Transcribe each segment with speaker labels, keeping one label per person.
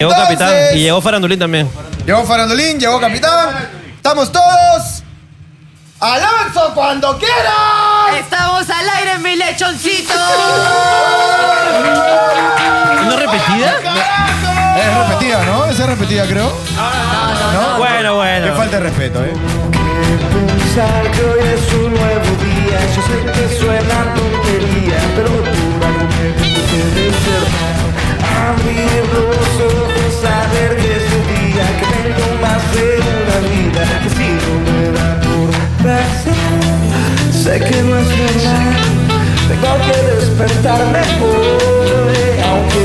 Speaker 1: Llegó
Speaker 2: Entonces-
Speaker 1: Capitán y llegó Farandulín también.
Speaker 2: Llegó Farandolín, llegó Capitán. Estamos todos. ¡Alonso cuando quieras!
Speaker 3: Estamos al aire, mi lechoncito.
Speaker 1: ¿Una repetida?
Speaker 2: Es repetida, ¿no? Esa es repetida, creo. ¿No?
Speaker 1: Bueno,
Speaker 2: Qué
Speaker 1: bueno.
Speaker 2: falta de respeto, ¿eh?
Speaker 4: Pensar que hoy es un nuevo día, yo sé que suena tontería, pero júrame que no te despertar. Abrir los ojos, saber que es el día, que tengo más de una vida, que si no me da por pensar, sé que no es verdad, tengo que despertarme hoy, aunque de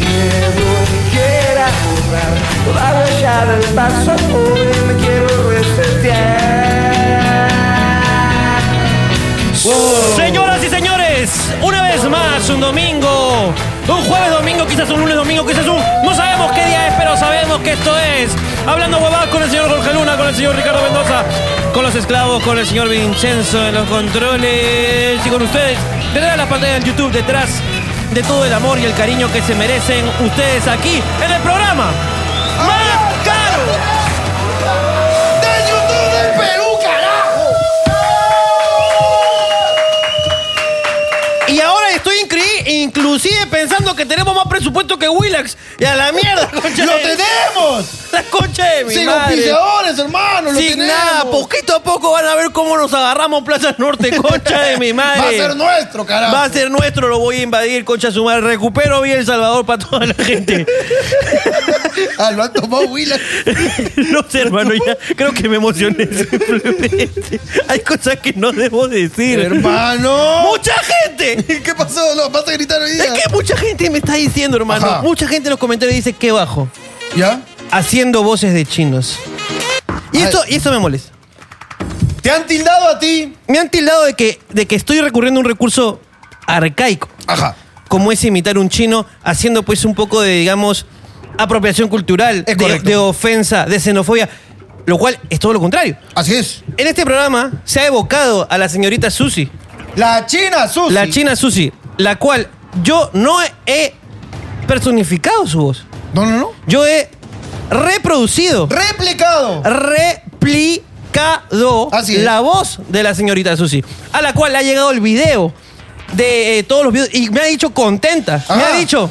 Speaker 4: miedo quiera borrar toda huella del paso, hoy me quiero resetear.
Speaker 1: Uh. Señoras y señores, una vez más, un domingo. Un jueves domingo, quizás un lunes domingo, quizás un. No sabemos qué día es, pero sabemos que esto es. Hablando huevadas con el señor Jorge Luna, con el señor Ricardo Mendoza, con los esclavos, con el señor Vincenzo en los controles y con ustedes. Detrás de las pantallas en YouTube, detrás de todo el amor y el cariño que se merecen ustedes aquí en el programa. ¡Más caro!
Speaker 2: ¡De YouTube del Perú, carajo!
Speaker 1: Y ahora estoy incre- inclusive pensando que tenemos más presupuesto que Willax. Y a la mierda, concha
Speaker 2: ¡Lo
Speaker 1: de-
Speaker 2: tenemos!
Speaker 1: La concha de mi
Speaker 2: Sin
Speaker 1: madre.
Speaker 2: auspiciadores, hermano, lo
Speaker 1: Sin
Speaker 2: tenemos.
Speaker 1: nada, poquito a poco van a ver cómo nos agarramos Plaza Norte, concha de mi madre.
Speaker 2: Va a ser nuestro, carajo.
Speaker 1: Va a ser nuestro, lo voy a invadir, concha de su madre. Recupero bien El Salvador para toda la gente.
Speaker 2: Ah, lo han tomado Willa.
Speaker 1: No sé, hermano, ya creo que me emocioné simplemente. Hay cosas que no debo decir.
Speaker 2: ¡Hermano!
Speaker 1: ¡Mucha gente!
Speaker 2: ¿Qué pasó? ¿Lo vas a gritar hoy
Speaker 1: Es
Speaker 2: día?
Speaker 1: que mucha gente me está diciendo, hermano.
Speaker 2: Ajá.
Speaker 1: Mucha gente en los comentarios dice que bajo.
Speaker 2: ¿Ya?
Speaker 1: haciendo voces de chinos. Y
Speaker 2: Ay.
Speaker 1: esto, y esto me molesta.
Speaker 2: ¿Te han tildado a ti?
Speaker 1: Me han tildado de que, de que estoy recurriendo a un recurso arcaico,
Speaker 2: Ajá.
Speaker 1: como es imitar un chino, haciendo pues un poco de, digamos, apropiación cultural, de,
Speaker 2: Es correcto.
Speaker 1: de ofensa, de xenofobia, lo cual es todo lo contrario.
Speaker 2: Así es.
Speaker 1: En este programa se ha evocado a la señorita Susi,
Speaker 2: La China, Susi.
Speaker 1: la china Susi, la cual yo no he personificado su voz.
Speaker 2: No, no, no.
Speaker 1: Yo he reproducido
Speaker 2: Replicado.
Speaker 1: Ah. replicado
Speaker 2: Así es.
Speaker 1: la voz de la señorita Susi, a la cual le ha llegado el video de eh, todos los videos y me ha dicho contenta, me
Speaker 2: Ajá.
Speaker 1: ha dicho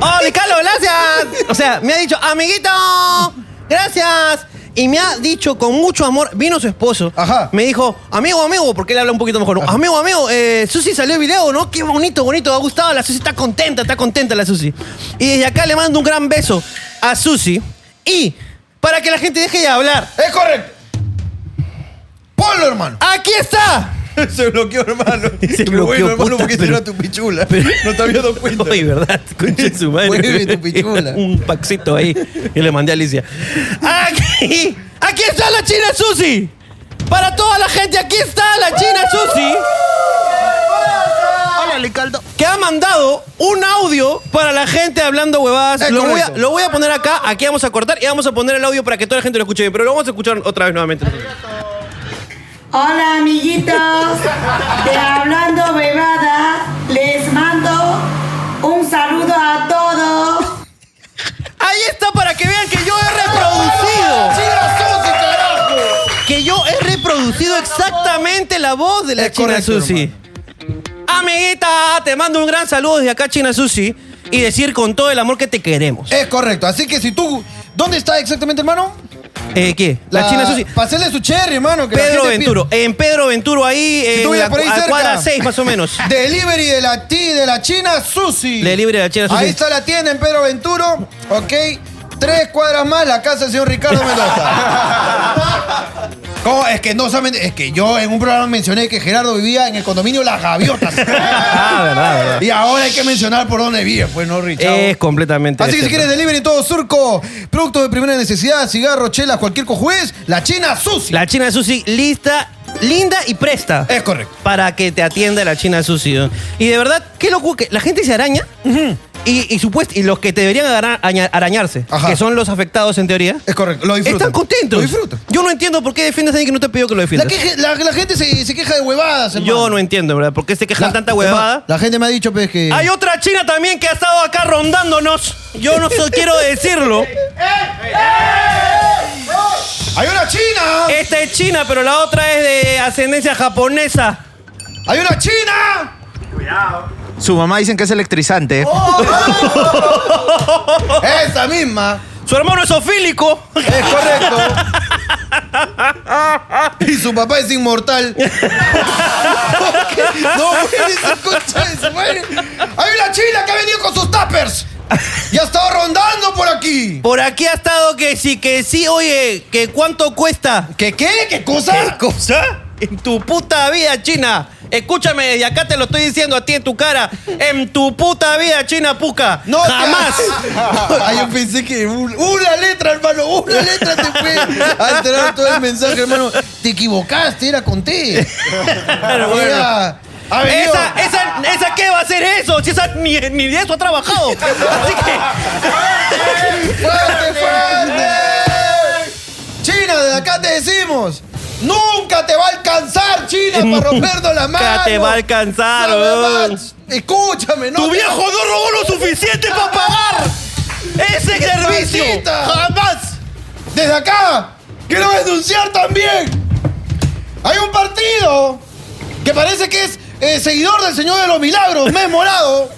Speaker 1: ¡Oh, Carlos, gracias! O sea, me ha dicho, amiguito, gracias. Y me ha dicho con mucho amor, vino su esposo.
Speaker 2: Ajá.
Speaker 1: Me dijo, amigo, amigo, porque él habla un poquito mejor. ¿no? Amigo, amigo, eh, Susi salió el video, ¿no? Qué bonito, bonito, ha gustado. La Susi está contenta, está contenta la Susi. Y desde acá le mando un gran beso a Susi. Y para que la gente deje de hablar,
Speaker 2: Es correcto. Ponlo, hermano.
Speaker 1: ¡aquí está!
Speaker 2: Se bloqueó, hermano.
Speaker 1: Se
Speaker 2: Qué bueno,
Speaker 1: bloqueó,
Speaker 2: hermano,
Speaker 1: puta,
Speaker 2: porque
Speaker 1: pero-
Speaker 2: era tu pichula. no te había dado cuenta.
Speaker 1: Ay, verdad, concha de su madre.
Speaker 2: Vuelve tu pichula.
Speaker 1: Un paxito ahí. Y le mandé a Alicia. Aquí, aquí está la China Susi. Para toda la gente, aquí está la China Susi. Que ha mandado un audio para la gente hablando huevadas.
Speaker 2: Es
Speaker 1: Lo voy, a,
Speaker 2: correcto.
Speaker 1: lo voy a poner acá, aquí vamos a cortar y vamos a poner el audio para que toda la gente lo escuche bien. Pero lo vamos a escuchar otra vez nuevamente.
Speaker 5: Hola amiguitos de Hablando Bebada, les mando un saludo a todos.
Speaker 1: Ahí está para que vean que yo he reproducido.
Speaker 2: ¡China, Susi, carajo!
Speaker 1: que yo he reproducido exactamente la voz de la
Speaker 2: Es
Speaker 1: China
Speaker 2: correcto,
Speaker 1: Susi. Amiguita, te mando un gran saludo desde acá, China Susi, y decir con todo el amor que te queremos.
Speaker 2: Es correcto. Así que si tú. ¿Dónde está exactamente, hermano?
Speaker 1: Eh, ¿Qué? La, China Susi.
Speaker 2: Pasele su cherry, hermano. que la
Speaker 1: Pedro
Speaker 2: gente pide.
Speaker 1: Venturo. En Pedro Venturo, ahí, en
Speaker 2: tú vives
Speaker 1: la,
Speaker 2: por ahí
Speaker 1: a
Speaker 2: cerca.
Speaker 1: cuadra 6 más o menos.
Speaker 2: Delivery de la, ti- de la China Susi.
Speaker 1: Delivery de la China Susi.
Speaker 2: Ahí está la tienda en Pedro Venturo. Ok. Tres cuadras más, la casa del señor Ricardo Mendoza. ¿Cómo? Es que no saben. Es que yo en un programa mencioné que Gerardo vivía en el condominio Las Gaviotas.
Speaker 1: Ah, verdad, verdad.
Speaker 2: Y ahora hay que mencionar por dónde vive, pues no, Richard.
Speaker 1: Es completamente.
Speaker 2: Así que si
Speaker 1: cierto.
Speaker 2: quieres delivery en todo surco, productos de primera necesidad, cigarros, chelas, cualquier cojuez, la China Susi.
Speaker 1: La China Susi, lista, linda y presta.
Speaker 2: Es correcto.
Speaker 1: para que te atienda la China Susi. ¿no? Y de verdad, qué loco que la gente se araña Y, y, supuest- y los que te deberían ara- aña- arañarse,
Speaker 2: Ajá.
Speaker 1: que son los afectados en teoría,
Speaker 2: Es correcto, lo disfrutan.
Speaker 1: están contentos.
Speaker 2: Lo disfrutan.
Speaker 1: Yo no entiendo por qué defiendes a alguien que no te pidió que lo
Speaker 2: La,
Speaker 1: defiendas.
Speaker 2: queje- la- la gente se, se queja de huevadas,
Speaker 1: Yo no entiendo, ¿verdad? ¿Por qué se quejan tanta huevada?
Speaker 2: La gente me ha dicho, pues, que.
Speaker 1: Hay otra china también que ha estado acá rondándonos. Yo no sé- quiero decirlo.
Speaker 2: ¡Hay una china!
Speaker 1: Esta es china, pero la otra es de ascendencia japonesa.
Speaker 2: ¡Hay una china!
Speaker 6: Su mamá dicen que es electrizante.
Speaker 2: Oh, Esa misma.
Speaker 1: Su hermano es ofílico.
Speaker 2: Es correcto. y su papá es inmortal. ¿Por qué? no, güey, esa concha de su madre. Hay una china que ha venido con sus tappers. Y ha estado rondando por aquí.
Speaker 1: Por aquí ha estado que sí, que sí, oye, que cuánto cuesta.
Speaker 2: ¿Qué qué? ¿Qué
Speaker 1: ¿Qué
Speaker 2: cosa?
Speaker 1: cosa? En tu puta vida, China. Escúchame, desde acá te lo estoy diciendo a ti en tu cara. En tu puta vida, China Puca.
Speaker 2: No te-
Speaker 1: Jamás.
Speaker 2: Ay, yo pensé que un- una letra, hermano, una letra te fue a alterar todo el mensaje, hermano. Te equivocaste, era con T.
Speaker 1: Pero bueno.
Speaker 2: Era- ha venido-
Speaker 1: Esa, esa, esa, ¿qué va a ser eso? Si esa ni, ni de eso ha trabajado. Así que,
Speaker 2: ¡Fuerte, fuerte! China, desde acá te decimos. Nunca te va a alcanzar, China, para rompernos la mano.
Speaker 1: Nunca te va a alcanzar, weón.
Speaker 2: Escúchame, no.
Speaker 1: tu
Speaker 2: te-
Speaker 1: viejo no robó lo suficiente para pagar ese servicio.
Speaker 2: Mamacita.
Speaker 1: Jamás.
Speaker 2: Desde acá, quiero denunciar también. Hay un partido que parece que es eh, seguidor del Señor de los Milagros, Mes Morado.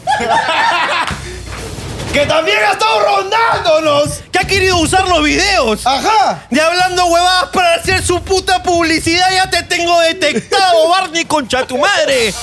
Speaker 2: que también ha estado rondándonos.
Speaker 1: Que ha querido usar los videos.
Speaker 2: Ah. Ajá.
Speaker 1: De hablando huevadas para hacer su puta publicidad, ya te tengo detectado, Barney, concha tu madre.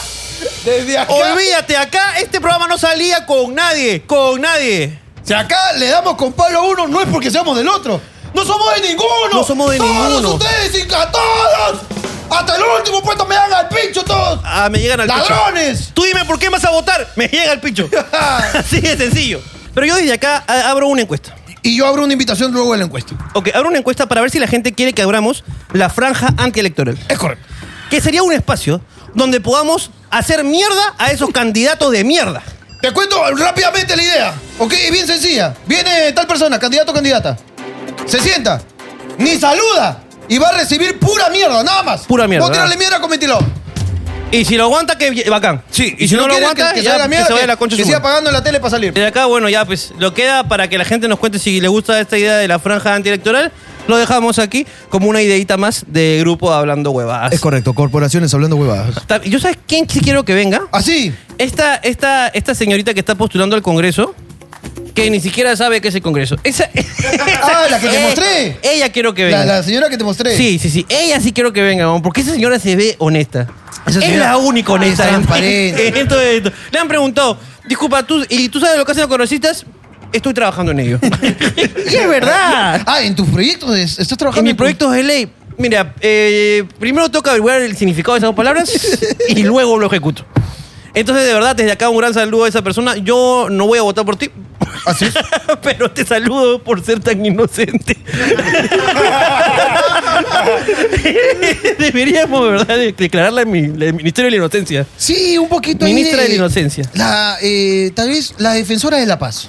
Speaker 2: Desde acá.
Speaker 1: Olvídate, acá este programa no salía con nadie, con nadie.
Speaker 2: Si acá le damos con palo a uno, no es porque seamos del otro. ¡No somos de ninguno!
Speaker 1: No somos de
Speaker 2: todos
Speaker 1: ninguno.
Speaker 2: ustedes, a todos! ¡Hasta el último puesto me dan al pincho todos!
Speaker 1: Ah, me llegan al pincho.
Speaker 2: ¡Ladrones!
Speaker 1: Tú dime por qué vas a votar, me llega al pincho. Así de sencillo. Pero yo desde acá a- abro una encuesta.
Speaker 2: Y yo abro una invitación luego de la encuesta.
Speaker 1: Ok, abro una encuesta para ver si la gente quiere que abramos la franja antielectoral.
Speaker 2: Es correcto.
Speaker 1: Que sería un espacio donde podamos hacer mierda a esos candidatos de mierda.
Speaker 2: Te cuento rápidamente la idea. Ok, es bien sencilla. Viene tal persona, candidato o candidata. Se sienta, ni saluda y va a recibir pura mierda, nada más.
Speaker 1: Pura mierda,
Speaker 2: No tirarle
Speaker 1: ¿verdad?
Speaker 2: mierda con ventilador.
Speaker 1: Y si lo aguanta, que bacán. y, si, no, lo
Speaker 2: quiere
Speaker 1: aguanta,
Speaker 2: que, que
Speaker 1: ya,
Speaker 2: se vaya la mierda,
Speaker 1: que se vaya la concha de
Speaker 2: que
Speaker 1: su
Speaker 2: siga
Speaker 1: madre.
Speaker 2: pagando en la tele para salir.
Speaker 1: De acá, bueno, ya pues lo queda para que la gente nos cuente si le gusta esta idea de la franja antielectoral. Lo dejamos aquí como una ideita más de grupo hablando huevadas.
Speaker 2: correcto, corporaciones hablando huevadas.
Speaker 1: Ta- ¿Yo sabes quién sí quiero que venga?
Speaker 2: Así.
Speaker 1: Esta, esta, esta señorita que está postulando al Congreso, que ni siquiera sabe qué es el Congreso. Esa,
Speaker 2: Ah, la que te
Speaker 1: Eh,
Speaker 2: mostré.
Speaker 1: Ella quiero que venga.
Speaker 2: La, la señora que te mostré.
Speaker 1: Sí, sí, sí. Ella sí quiero que venga, vamos, porque esa señora se ve honesta.
Speaker 2: Esa
Speaker 1: es
Speaker 2: señora
Speaker 1: la única honesta.
Speaker 2: es
Speaker 1: en-
Speaker 2: transparente.
Speaker 1: en- en todo esto. Le han preguntado, disculpa, ¿tú, ¿y tú sabes lo que hacen los congresistas? Estoy trabajando en ello. y es verdad.
Speaker 2: Ah, en tus proyectos es- estás
Speaker 1: En
Speaker 2: trabajando.
Speaker 1: mis proyectos de ley, mira, eh, primero toca averiguar el significado de esas dos palabras y luego lo ejecuto. Entonces, de verdad, desde acá un gran saludo a esa persona. Yo no voy a votar por ti.
Speaker 2: Así es.
Speaker 1: Pero te saludo por ser tan inocente. Deberíamos, ¿verdad?, de- declararla en mi- en el Ministerio de la Inocencia.
Speaker 2: Sí, un poquito. ahí
Speaker 1: Ministra de la Inocencia.
Speaker 2: La, eh, tal vez la defensora de la paz.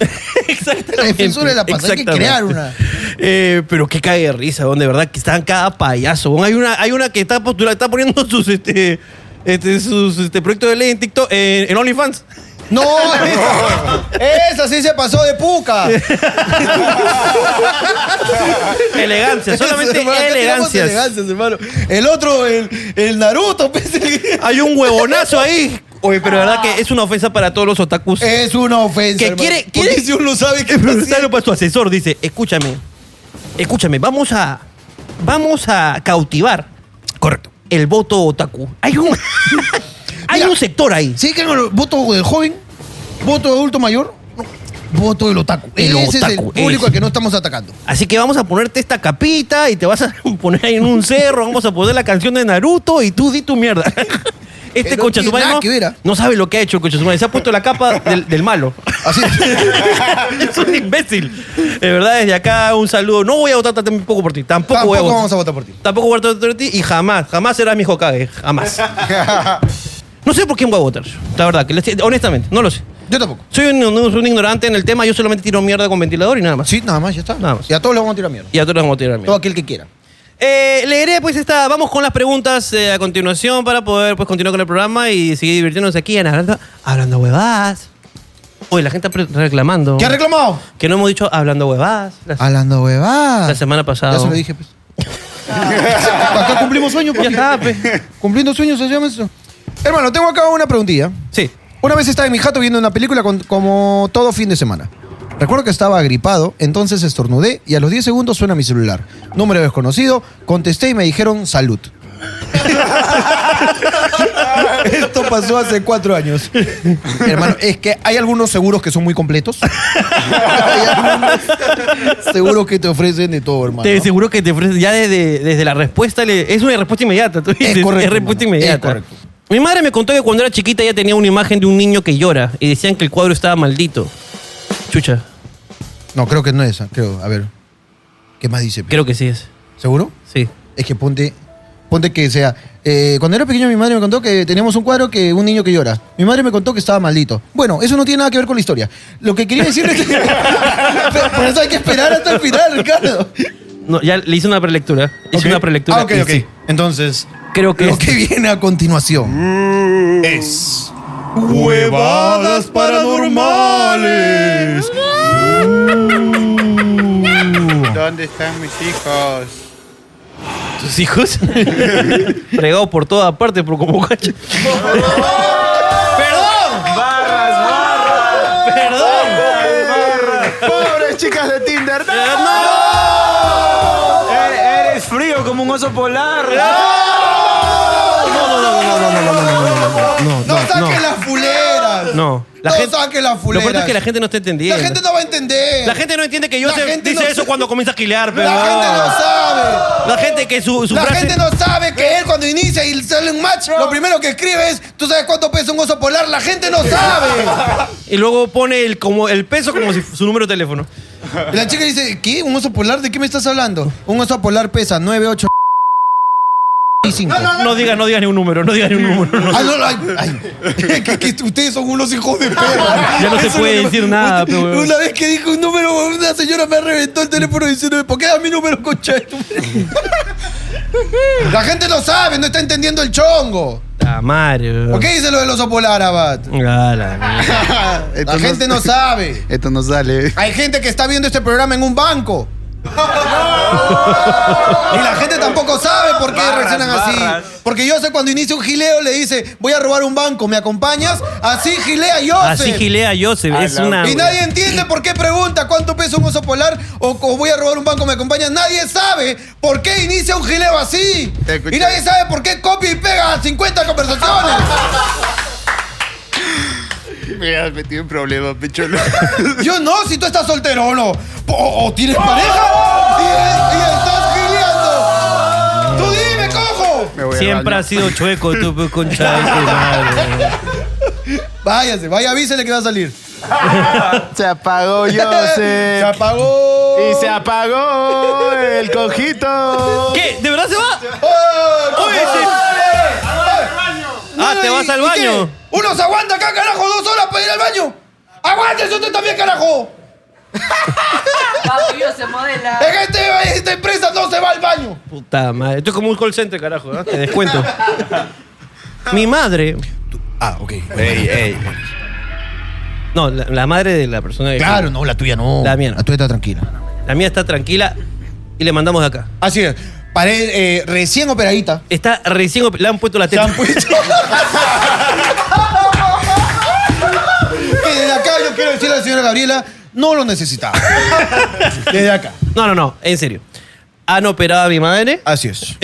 Speaker 1: Exactamente.
Speaker 2: La defensora de la paz. Hay que
Speaker 1: Exactamente.
Speaker 2: crear una.
Speaker 1: Eh, pero qué cae de risa, donde de verdad que están cada payaso. weón. Hay una, hay una que está postulando, está poniendo sus este, este, sus este, proyecto de ley en TikTok, eh, en OnlyFans.
Speaker 2: No, esa, esa sí se pasó de puca.
Speaker 1: Elegancia, solamente
Speaker 2: Hermano, acá tiramos
Speaker 1: elegancias.
Speaker 2: elegancias, hermano. El otro, el, el Naruto, pues, el-
Speaker 1: Hay un huevonazo ahí. Oye, pero de verdad que es una ofensa para todos los otakus.
Speaker 2: es una ofensa.
Speaker 1: Que
Speaker 2: hermano.
Speaker 1: quiere-
Speaker 2: Porque
Speaker 1: quiere-
Speaker 2: si uno sabe que
Speaker 1: Pero Salo para su asesor dice, escúchame, escúchame, vamos a, vamos a cautivar. Correcto. El voto otaku. Hay un, hay
Speaker 2: Mira,
Speaker 1: un sector ahí.
Speaker 2: Sí, que no, voto del joven, voto de adulto mayor, voto del otaku.
Speaker 1: El
Speaker 2: Ese es el
Speaker 1: otaku,
Speaker 2: público
Speaker 1: ese.
Speaker 2: al que no estamos atacando.
Speaker 1: Así que vamos a ponerte esta capita y te vas a poner ahí en un cerro, vamos a poner la canción de Naruto y tú di tu mierda. Este
Speaker 2: Pero
Speaker 1: concha
Speaker 2: Eh, tiene
Speaker 1: su madre
Speaker 2: nada
Speaker 1: no,
Speaker 2: que ver, ¿ah?
Speaker 1: no sabe lo que ha hecho el concha su madre. Se ha puesto la capa del, del malo.
Speaker 2: Así es.
Speaker 1: es un imbécil. De verdad, desde acá un saludo. No voy a votar tampoco por ti. Tampoco, voy a
Speaker 2: Tampoco
Speaker 1: votar.
Speaker 2: vamos a votar por ti.
Speaker 1: Tampoco voy a votar por ti y jamás, jamás serás mi eh, Hokage. Jamás. No sé por quién voy a votar. yo, La verdad, que les- honestamente, no lo sé.
Speaker 2: Yo tampoco.
Speaker 1: Soy un, un- un ignorante en el tema, yo solamente tiro mierda con ventilador y nada más.
Speaker 2: Sí, nada más, ya está.
Speaker 1: Nada más.
Speaker 2: Y a todos los vamos a tirar mierda.
Speaker 1: Y a todos los vamos a tirar mierda.
Speaker 2: Todo aquel que quiera.
Speaker 1: Eh, leeré pues esta, vamos con las preguntas eh, a continuación para poder pues continuar con el programa y seguir divirtiéndonos aquí en Hablando, hablando Huevadas. Uy, la gente pre- reclamando.
Speaker 2: ¿Qué ha reclamado?
Speaker 1: Que no hemos dicho Hablando Huevadas la,
Speaker 2: Hablando huevadas.
Speaker 1: la semana pasada.
Speaker 2: Ya se lo dije, pues. Acá cumplimos sueños,
Speaker 1: Ya
Speaker 2: papi.
Speaker 1: está, pues. pe.
Speaker 2: Cumpliendo sueños se llama eso. Hermano, tengo acá una preguntilla.
Speaker 1: Sí.
Speaker 2: Una vez estaba en mi jato viendo una película con- como todo fin de semana. Recuerdo que estaba agripado, entonces estornudé y a los 10 segundos suena mi celular. Número desconocido, contesté y me dijeron salud. Esto pasó hace cuatro años. Hermano, es que hay algunos seguros que son muy completos. hay algunos seguros que te ofrecen de todo, hermano.
Speaker 1: Te seguro que te ofrece ya desde, desde la respuesta, le- es una respuesta inmediata. tú dices,
Speaker 2: correcto,
Speaker 1: es respuesta
Speaker 2: hermano, es
Speaker 1: inmediata.
Speaker 2: correcto.
Speaker 1: Mi madre me contó que cuando era chiquita ella tenía una imagen de un niño que llora y decían que el cuadro estaba maldito. Chucha,
Speaker 2: No, creo que no es esa, creo. A ver. ¿Qué más dice? pe?
Speaker 1: creo que sí es.
Speaker 2: ¿Seguro?
Speaker 1: Sí.
Speaker 2: Es que ponte, ponte que sea. eh, cuando era pequeño mi madre me contó que teníamos un cuadro que un niño que llora. Mi madre me contó que estaba maldito. Bueno, eso no tiene nada que ver con la historia. Lo que quería decir es que Pero por eso hay que esperar hasta el final, Ricardo.
Speaker 1: No, ya le hice una prelectura. Hice
Speaker 2: Ok.
Speaker 1: una prelectura.
Speaker 2: Ah, ok,
Speaker 1: y
Speaker 2: ok.
Speaker 1: sí.
Speaker 2: Entonces,
Speaker 1: Creo que
Speaker 2: lo
Speaker 1: es-
Speaker 2: que viene a continuación es huevadas paranormales.
Speaker 7: ¿Dónde están mis hijos?
Speaker 1: ¿Tus hijos? Fregado por toda parte, por como cacho. ¡Perdón! ¡Barras, barras! ¡Perdón!
Speaker 7: ¡Pobres chicas de Tinder! ¡No!
Speaker 4: Eres frío como un oso polar.
Speaker 2: No, saquen las fuleras.
Speaker 1: No.
Speaker 2: no saquen las
Speaker 1: Lo
Speaker 2: fuleras.
Speaker 1: peor es que la gente no está
Speaker 2: La
Speaker 1: entendiendo.
Speaker 2: gente no va a entender.
Speaker 1: La gente no entiende que yo
Speaker 2: La gente
Speaker 1: dice
Speaker 2: no-
Speaker 1: eso cuando comienza a quilear, pero.
Speaker 2: La gente no sabe.
Speaker 1: La gente que su, su
Speaker 2: La
Speaker 1: frase-
Speaker 2: gente no sabe que él cuando inicia y sale un match, lo primero que escribe es, ¿tú sabes cuánto pesa un oso polar? La gente no sabe.
Speaker 1: Y luego pone el, como, el peso como si fu- su número de teléfono.
Speaker 2: Y la chica dice, ¿qué? ¿Un oso polar? ¿De qué me estás hablando? Un oso polar pesa 9, 8 y 5.
Speaker 1: No digas, no digas ni un número, no digas ni un número. no.
Speaker 2: Ah, no, ay, ay. Que- que ustedes son unos hijos de perra.
Speaker 1: Ya no se
Speaker 2: Eso es
Speaker 1: puede
Speaker 2: lo que-
Speaker 1: decir nada, pe, weón.
Speaker 2: Una vez que dijo un número, una señora me reventó el teléfono diciéndome, ¿por qué da mi número, concha de tu madre?" La gente no sabe, no está entendiendo el chongo.
Speaker 1: La madre, weón.
Speaker 2: ¿Por qué dice lo del oso polar, Abad?
Speaker 1: Ah, la mierda.
Speaker 2: La gente no sabe.
Speaker 7: Esto no sale.
Speaker 2: Hay gente que está viendo este programa en un banco. y la gente tampoco sabe por qué reaccionan
Speaker 4: barras.
Speaker 2: así. Porque yo sé cuando inicia un gileo le dice, voy a robar un banco, ¿me acompañas? Así gilea yo.
Speaker 1: Así gilea Joseph.
Speaker 4: Ah,
Speaker 1: Es
Speaker 4: la-
Speaker 1: una.
Speaker 2: Y nadie entiende por qué pregunta cuánto pesa un oso polar o, o voy a robar un banco, me acompañas. Nadie sabe por qué inicia un gileo así.
Speaker 7: Te escuché.
Speaker 2: Y nadie sabe por qué copia y pega 50 conversaciones.
Speaker 7: Me has metido en problemas, picholo.
Speaker 2: Yo no, si tú estás soltero o no. O, o tienes pareja y, y estás gileando. Tú dime, cojo.
Speaker 7: Me voy al
Speaker 1: Siempre
Speaker 7: baño.
Speaker 1: ha sido chueco, tú, pe, concha de tu madre.
Speaker 2: Váyase, vaya, avísele que va a salir. Eh,
Speaker 7: Se apagó
Speaker 2: se
Speaker 7: Joseph.
Speaker 2: apagó.
Speaker 7: y se apagó el cojito.
Speaker 1: ¿Qué? ¿De verdad se va?
Speaker 2: ¡Oh,
Speaker 1: Oye, sí. Ah, te vas al
Speaker 2: ¿Y
Speaker 1: baño.
Speaker 2: qué? Uno se aguanta acá, carajo, dos horas para ir al baño. Aguántese usted también, carajo.
Speaker 3: Papi, yo se modela.
Speaker 2: En este- esta empresa no se va al baño.
Speaker 1: Puta madre. Esto es como un call center, carajo. ¿eh? Te descuento. Mi madre.
Speaker 2: Ah, ok.
Speaker 1: No, la, la madre de la persona que.
Speaker 2: Claro, no, la tuya no.
Speaker 1: La mía no.
Speaker 2: La tuya está tranquila.
Speaker 1: La mía está tranquila y le mandamos de acá.
Speaker 2: Así es. Pared eh, recién operadita.
Speaker 1: Está recién. op- Le han puesto la
Speaker 2: Se
Speaker 1: teta.
Speaker 2: han puesto. que desde acá yo quiero decirle a la señora Gabriela, no lo necesitaba. Desde acá.
Speaker 1: No, no, no. En serio. Han operado a mi madre.
Speaker 2: Así es.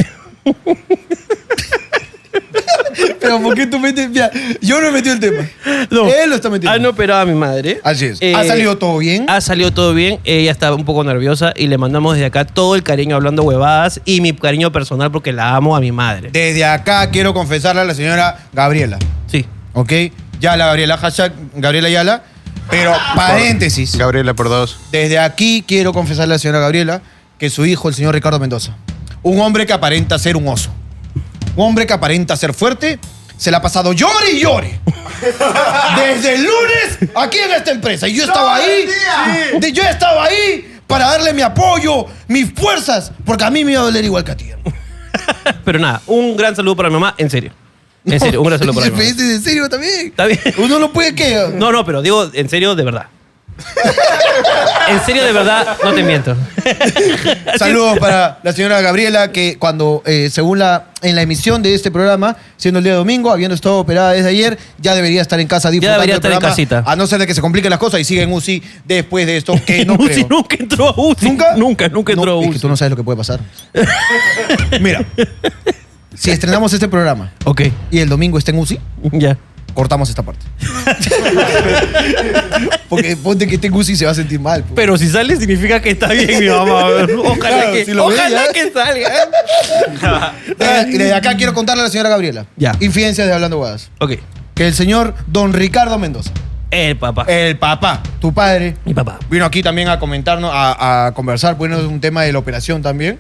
Speaker 2: Pero ¿por qué tú metes? Mira, yo no he metido el tema.
Speaker 1: No.
Speaker 2: Él lo está metiendo.
Speaker 1: Han operado a mi madre. Eh,
Speaker 2: Así es. ¿Ha salido todo bien?
Speaker 1: Ha salido todo bien. Ella estaba un poco nerviosa y le mandamos desde acá todo el cariño hablando huevadas y mi cariño personal porque la amo a mi madre.
Speaker 2: Desde acá quiero confesarle a la señora Gabriela.
Speaker 1: Sí.
Speaker 2: ¿Ok? Yala Gabriela, hashtag Gabriela Yala. Pero paréntesis.
Speaker 7: Gabriela por dos.
Speaker 2: Desde aquí quiero confesarle a la señora Gabriela que su hijo, el señor Ricardo Mendoza, un hombre que aparenta ser un oso, un hombre que aparenta ser fuerte, se la ha pasado llore y llore. Desde el lunes aquí en esta empresa. Y yo estaba ahí. de- Yo estaba ahí para darle mi apoyo, mis fuerzas, porque a mí me iba a doler igual que a ti. hermano.
Speaker 1: Pero nada, un gran saludo para mi mamá, en serio. En serio, un gran saludo para mi
Speaker 2: Me
Speaker 1: mamá.
Speaker 2: dices, en serio también.
Speaker 1: Está bien.
Speaker 2: Uno no puede que.
Speaker 1: No, no, pero digo, en serio, de verdad. En serio, de verdad, no te miento.
Speaker 2: Saludos para la señora Gabriela, que cuando, eh, según la, en la emisión de este programa, siendo el día domingo, habiendo estado operada desde ayer, ya debería estar en casa disfrutando
Speaker 1: debería
Speaker 2: del
Speaker 1: estar en
Speaker 2: programa,
Speaker 1: casita.
Speaker 2: A no ser de que se compliquen las cosas y siga en UCI después de esto, que Eh, no
Speaker 1: Uzi
Speaker 2: creo.
Speaker 1: nunca entró a Uzi.
Speaker 2: ¿Nunca?
Speaker 1: Nunca, nunca entró a
Speaker 2: No,
Speaker 1: Uzi.
Speaker 2: Es que tú no sabes lo que puede pasar. Mira, si estrenamos este programa
Speaker 1: Ok,
Speaker 2: y el domingo está en UCI,
Speaker 1: ya.
Speaker 2: cortamos esta parte. Porque ponte que esté en UCI y se va a sentir mal. pues.
Speaker 1: Pero si sale, significa que está bien, mi mamá. Ojalá
Speaker 2: Claro,
Speaker 1: que,
Speaker 2: si lo ve,
Speaker 1: ojalá
Speaker 2: ya.
Speaker 1: que salga.
Speaker 2: Desde, desde Eh, acá quiero contarle a la señora Gabriela.
Speaker 1: Ya.
Speaker 2: Infidencias de Hablando Guadas.
Speaker 1: Ok.
Speaker 2: que el señor don Ricardo Mendoza,
Speaker 1: El papá.
Speaker 2: el papá, tu padre,
Speaker 1: Mi papá.
Speaker 2: vino aquí también a comentarnos, a, a conversar, bueno, es un tema de la operación también,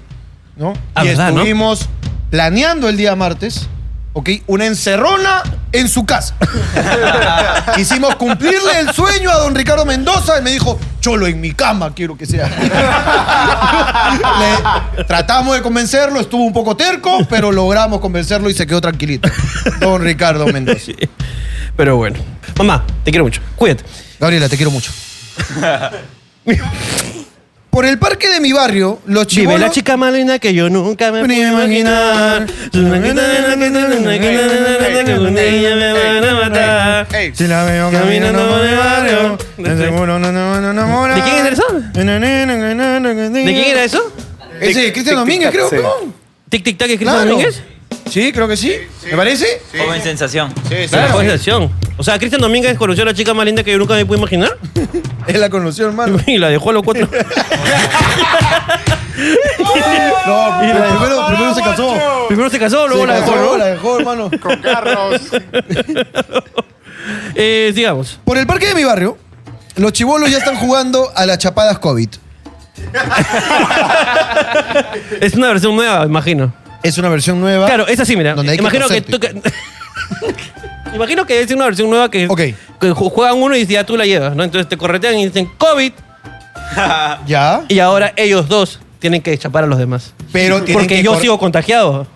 Speaker 2: ¿no?
Speaker 1: Ah,
Speaker 2: y
Speaker 1: ¿verdad, no?
Speaker 2: estuvimos planeando el día martes, ¿ok? Una encerrona en su casa. Quisimos cumplirle el sueño a don Ricardo Mendoza y me dijo, cholo, en mi cama quiero que sea. Le- tratamos de convencerlo, estuvo un poco terco, pero logramos convencerlo y se quedó tranquilito. Don Ricardo Mendoza.
Speaker 1: Pero bueno. Mamá, te quiero mucho. Cuídate.
Speaker 2: Gabriela, te quiero mucho. Por el parque de mi barrio, los
Speaker 1: Vive la
Speaker 2: chibolos...
Speaker 1: chica más linda que yo nunca me pude
Speaker 2: Ni
Speaker 1: imaginar.
Speaker 2: imaginar.
Speaker 1: Un día me van a matar.
Speaker 2: Si la veo
Speaker 1: Caminando por el barrio,
Speaker 2: de seguro no no no enamora.
Speaker 1: ¿De quién era eso? ¿De quién era eso?
Speaker 2: Ese de Cristian Domínguez, creo,
Speaker 7: sí.
Speaker 2: ¿no?
Speaker 1: ¿Tic Tic Tac es Cristian
Speaker 2: Claro.
Speaker 1: Domínguez?
Speaker 2: Sí, creo que sí. ¿Me parece?
Speaker 8: Joven sensación.
Speaker 1: Claro. Fue sensación. O sea, Cristian Domínguez conoció a la chica más linda que yo nunca me pude imaginar
Speaker 2: Él la conoció, hermano.
Speaker 1: y la dejó a los cuatro.
Speaker 2: No, pero primero, primero se casó.
Speaker 1: Primero se casó, luego
Speaker 2: Se
Speaker 1: la dejó,
Speaker 2: casó,
Speaker 1: ¿no?
Speaker 2: la dejó, hermano.
Speaker 1: Eh, digamos.
Speaker 2: Por el parque de mi barrio, los chibolos ya están jugando a las chapadas COVID.
Speaker 1: Es una versión nueva, imagino.
Speaker 2: Es una versión nueva.
Speaker 1: Claro, esa sí, mira.
Speaker 2: Donde hay que
Speaker 1: Imagino que, tú...
Speaker 2: torcerte.
Speaker 1: que- Imagino que es una versión nueva que,
Speaker 2: Ok.
Speaker 1: que ju- juegan uno y ya tú la llevas, ¿no? Entonces te corretean y dicen COVID
Speaker 2: Ya.
Speaker 1: y ahora ellos dos tienen que chapar a los demás.
Speaker 2: Pero tienen
Speaker 1: Porque
Speaker 2: que
Speaker 1: yo
Speaker 2: cor-
Speaker 1: sigo contagiado,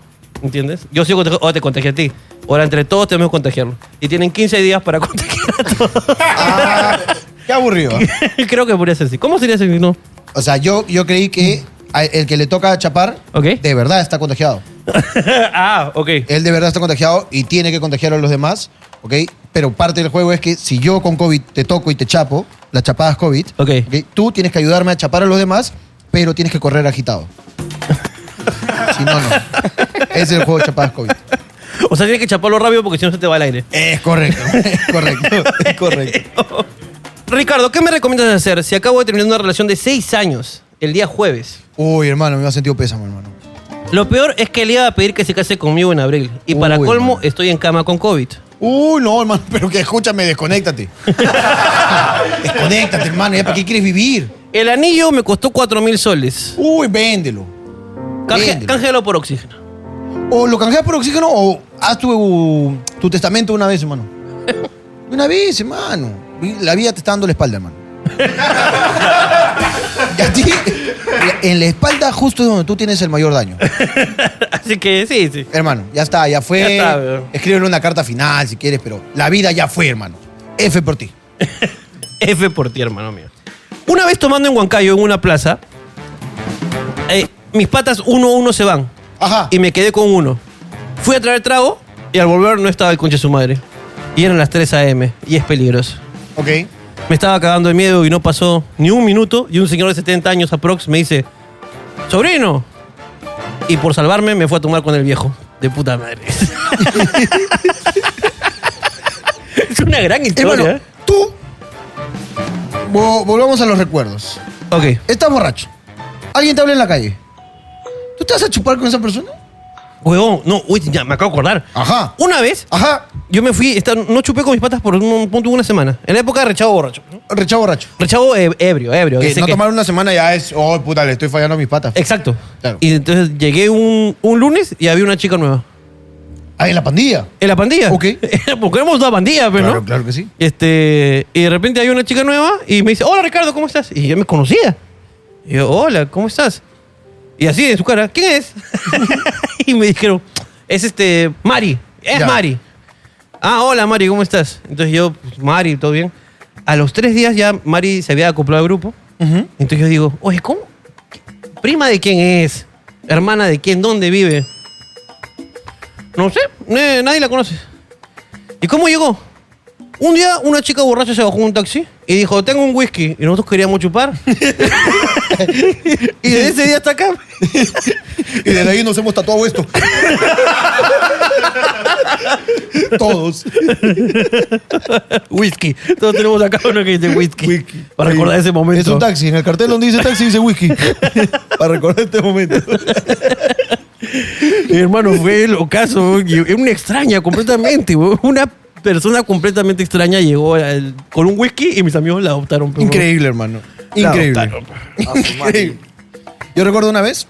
Speaker 1: ¿entiendes? Yo sigo contagiado, o te contagié a ti. Ahora entre todos tenemos que contagiarlo. Y tienen 15 días para contagiar a todos.
Speaker 2: Ah, qué aburrido. ¿eh?
Speaker 1: Creo que podría ser así. ¿Cómo sería ese no?
Speaker 2: O sea, yo, yo creí que a- el que le toca chapar,
Speaker 1: Ok.
Speaker 2: de verdad está contagiado.
Speaker 1: ah, ok.
Speaker 2: Él de verdad está contagiado y tiene que contagiar a los demás, ¿ok? Pero parte del juego es que si yo con COVID te toco y te chapo, las chapadas COVID,
Speaker 1: Ok.
Speaker 2: ¿ok? tú tienes que ayudarme a chapar a los demás, pero tienes que correr agitado. si no, no. Ese es el juego de chapadas COVID.
Speaker 1: O sea, tienes que chaparlo rápido porque si no se te va el aire.
Speaker 2: Es correcto, es correcto, es correcto.
Speaker 1: Ricardo, ¿qué me recomiendas hacer si acabo de terminar una relación de 6 años el día jueves?
Speaker 2: Uy, hermano, me ha sentido pésame, hermano.
Speaker 1: Lo peor es que le iba a pedir que se case conmigo en abril. Y para
Speaker 2: Uy,
Speaker 1: colmo,
Speaker 2: man.
Speaker 1: estoy en cama con COVID.
Speaker 2: Uy, no, hermano, pero que escúchame, desconéctate. desconéctate, hermano, ¿ya para qué quieres vivir?
Speaker 1: El anillo me costó 4 mil soles.
Speaker 2: Uy, véndelo.
Speaker 1: Canje,
Speaker 2: Véndelo.
Speaker 1: cángelo por oxígeno.
Speaker 2: O lo canjeas por oxígeno o haz tu, tu testamento una vez, hermano. De Una vez, hermano. La vida te está dando la espalda, hermano. Y a ti, en la espalda justo es donde tú tienes el mayor daño.
Speaker 1: Así que sí, sí.
Speaker 2: Hermano, ya está, ya fue.
Speaker 1: Ya está, weón.
Speaker 2: Escríbele una carta final si quieres, pero la vida ya fue, hermano. F por ti.
Speaker 1: F por ti, hermano mío. Una vez tomando en Huancayo, en una plaza, eh, mis patas uno a uno se van.
Speaker 2: Ajá.
Speaker 1: Y me quedé con uno. Fui a traer trago y al volver no estaba el conche de su madre. Y eran las 3 a.m. y es peligroso.
Speaker 2: Ok.
Speaker 1: Me estaba cagando de miedo y no pasó ni un minuto. Y un señor de 70 años aprox me dice, sobrino. Y por salvarme me fue a tomar con el viejo. De puta madre. es una gran
Speaker 2: Hermano,
Speaker 1: historia. ¿eh?
Speaker 2: tú. Vo- volvamos a los recuerdos.
Speaker 1: Ok.
Speaker 2: Estás borracho. Alguien te habla en la calle. ¿Tú te vas a chupar con esa persona?
Speaker 1: Huevón, no, uy, ya me acabo de acordar.
Speaker 2: Ajá.
Speaker 1: Una vez,
Speaker 2: Ajá.
Speaker 1: yo me fui, esta- no chupé con mis patas por un punto de una semana. En la época de rechavo borracho.
Speaker 2: Rechado borracho.
Speaker 1: Rechavo eh, ebrio, ebrio.
Speaker 2: Que
Speaker 1: ese
Speaker 2: no
Speaker 1: que-
Speaker 2: tomar una semana ya es. Oh, puta, le estoy fallando a mis patas.
Speaker 1: Exacto.
Speaker 2: Claro.
Speaker 1: Y entonces llegué un, un lunes y había una chica nueva.
Speaker 2: Ah, en la pandilla.
Speaker 1: En la pandilla.
Speaker 2: Ok.
Speaker 1: Porque éramos una pandilla, pero
Speaker 2: Claro,
Speaker 1: Pues, ¿no?
Speaker 2: claro que sí.
Speaker 1: Este, y de repente hay una chica nueva y me dice, hola Ricardo, ¿cómo estás? Y yo me conocía. Y yo, hola, ¿cómo estás? Y así en su cara, ¿quién es? y me dijeron, es este, Mari, es
Speaker 2: Ya.
Speaker 1: Mari. Ah, hola Mari, ¿cómo estás? Entonces yo, pues, Mari, todo bien. A los tres días ya Mari se había acoplado al grupo. Entonces yo digo, oye, ¿cómo? ¿Prima de quién es? ¿Hermana de quién? ¿Dónde vive? No sé, eh, nadie la conoce. ¿Y cómo llegó? Un día una chica borracha se bajó de un taxi y dijo, tengo un whisky. Y nosotros queríamos chupar. y de ese día hasta acá. pues.
Speaker 2: Y desde ahí nos hemos tatuado esto. Todos.
Speaker 1: Whisky. Todos tenemos acá uno que dice whisky. Para recordar ese momento.
Speaker 2: Es un taxi. En el cartel donde dice taxi dice whisky. Para recordar este momento.
Speaker 1: Mi hermano fue el ocaso. y Es una extraña completamente. güey. Una persona completamente extraña llegó al- con un whisky y mis amigos la adoptaron. pero-
Speaker 2: Increíble, hermano. Increíble. Increíble. Yo recuerdo una vez,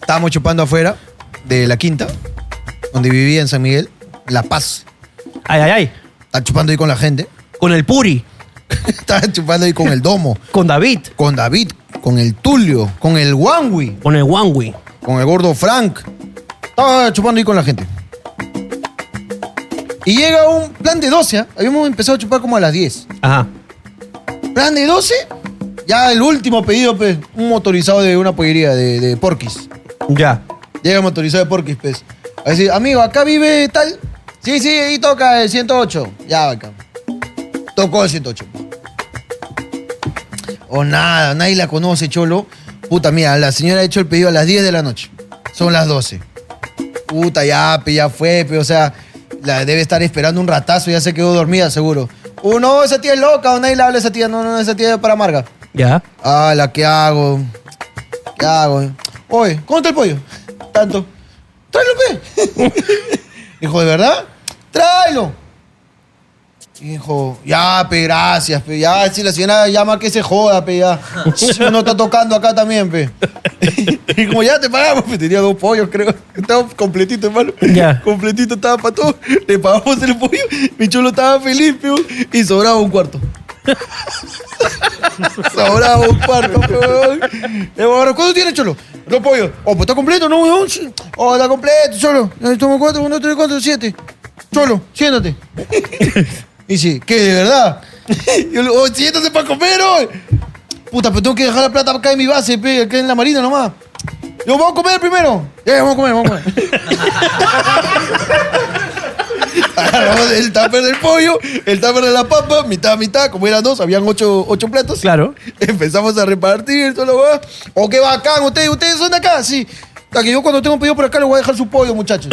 Speaker 2: estábamos chupando afuera de la quinta, donde vivía en San Miguel, La Paz.
Speaker 1: Ay, ay, ay.
Speaker 2: Estaba chupando ahí con la gente.
Speaker 1: Con el Puri.
Speaker 2: Estaba chupando ahí con el Domo,
Speaker 1: Con David.
Speaker 2: con David, con el Tulio, con el Wanwi,
Speaker 1: Con el Wangui.
Speaker 2: con el gordo Frank. Estaba chupando ahí con la gente. Y llega un plan de 12. ¿ah? Habíamos empezado a chupar como a las 10.
Speaker 1: Ajá.
Speaker 2: Plan de 12. Ya el último pedido, pues, un motorizado de una pollería de, de Porquis.
Speaker 1: Ya.
Speaker 2: Llega el motorizado de Porquis, pues. A decir, amigo, acá vive tal. Sí, sí, ahí toca el 108. Ya, acá. Tocó el 108. O nada, nadie la conoce, cholo. Puta, mira, la señora ha hecho el pedido a las 10 de la noche. Son las 12. Puta, ya, pe, ya fue, pe, o sea, la debe estar esperando un ratazo, ya se quedó dormida, seguro. Uh, no, esa tía es loca, nadie le habla a esa tía, no, no, esa tía es para amarga.
Speaker 1: Ya.
Speaker 2: Ah, la que hago. ¿Qué hago? Oye, ¿cómo está el pollo? Tanto. Tráelo, pe. Dijo, ¿de verdad? Tráelo. Dijo, ya, pe, gracias, pe. Ya, si la señora llama que se joda, pe, ya. Uno está tocando acá también, pe. Y como ya te pagamos, pe, tenía dos pollos, creo. Estaba completito, hermano.
Speaker 1: Ya.
Speaker 2: Completito estaba para todo. Le pagamos el pollo. Mi chulo estaba feliz, pe. Y sobraba un cuarto. Sobraba un cuarto, pe, weón. Le digo, ahora, ¿Cuánto tiene, cholo? Dos pollos. Oh, pues está completo, ¿no, weón? Sí. Oh, está completo, cholo. Tomo cuatro, uno, tres, cuatro, siete. Cholo, siéntate. Y dice, ¿qué? ¿De verdad? Yo le digo, "Oye, siéntate para comer hoy. Puta, pero tengo que dejar la plata acá en mi base, pe, acá en la marina nomás. Yo, vamos a comer primero. Ya, ya, vamos a comer, vamos a comer. Agarramos el tupper del pollo, el tupper de la papa, mitad, mitad, como eran dos, habían ocho, ocho platos.
Speaker 1: Claro.
Speaker 2: Empezamos a repartir, todo lo va. O qué bacán, ustedes, ustedes son de acá, sí. Hasta que yo cuando tengo un pedido por acá les voy a dejar su pollo, muchachos.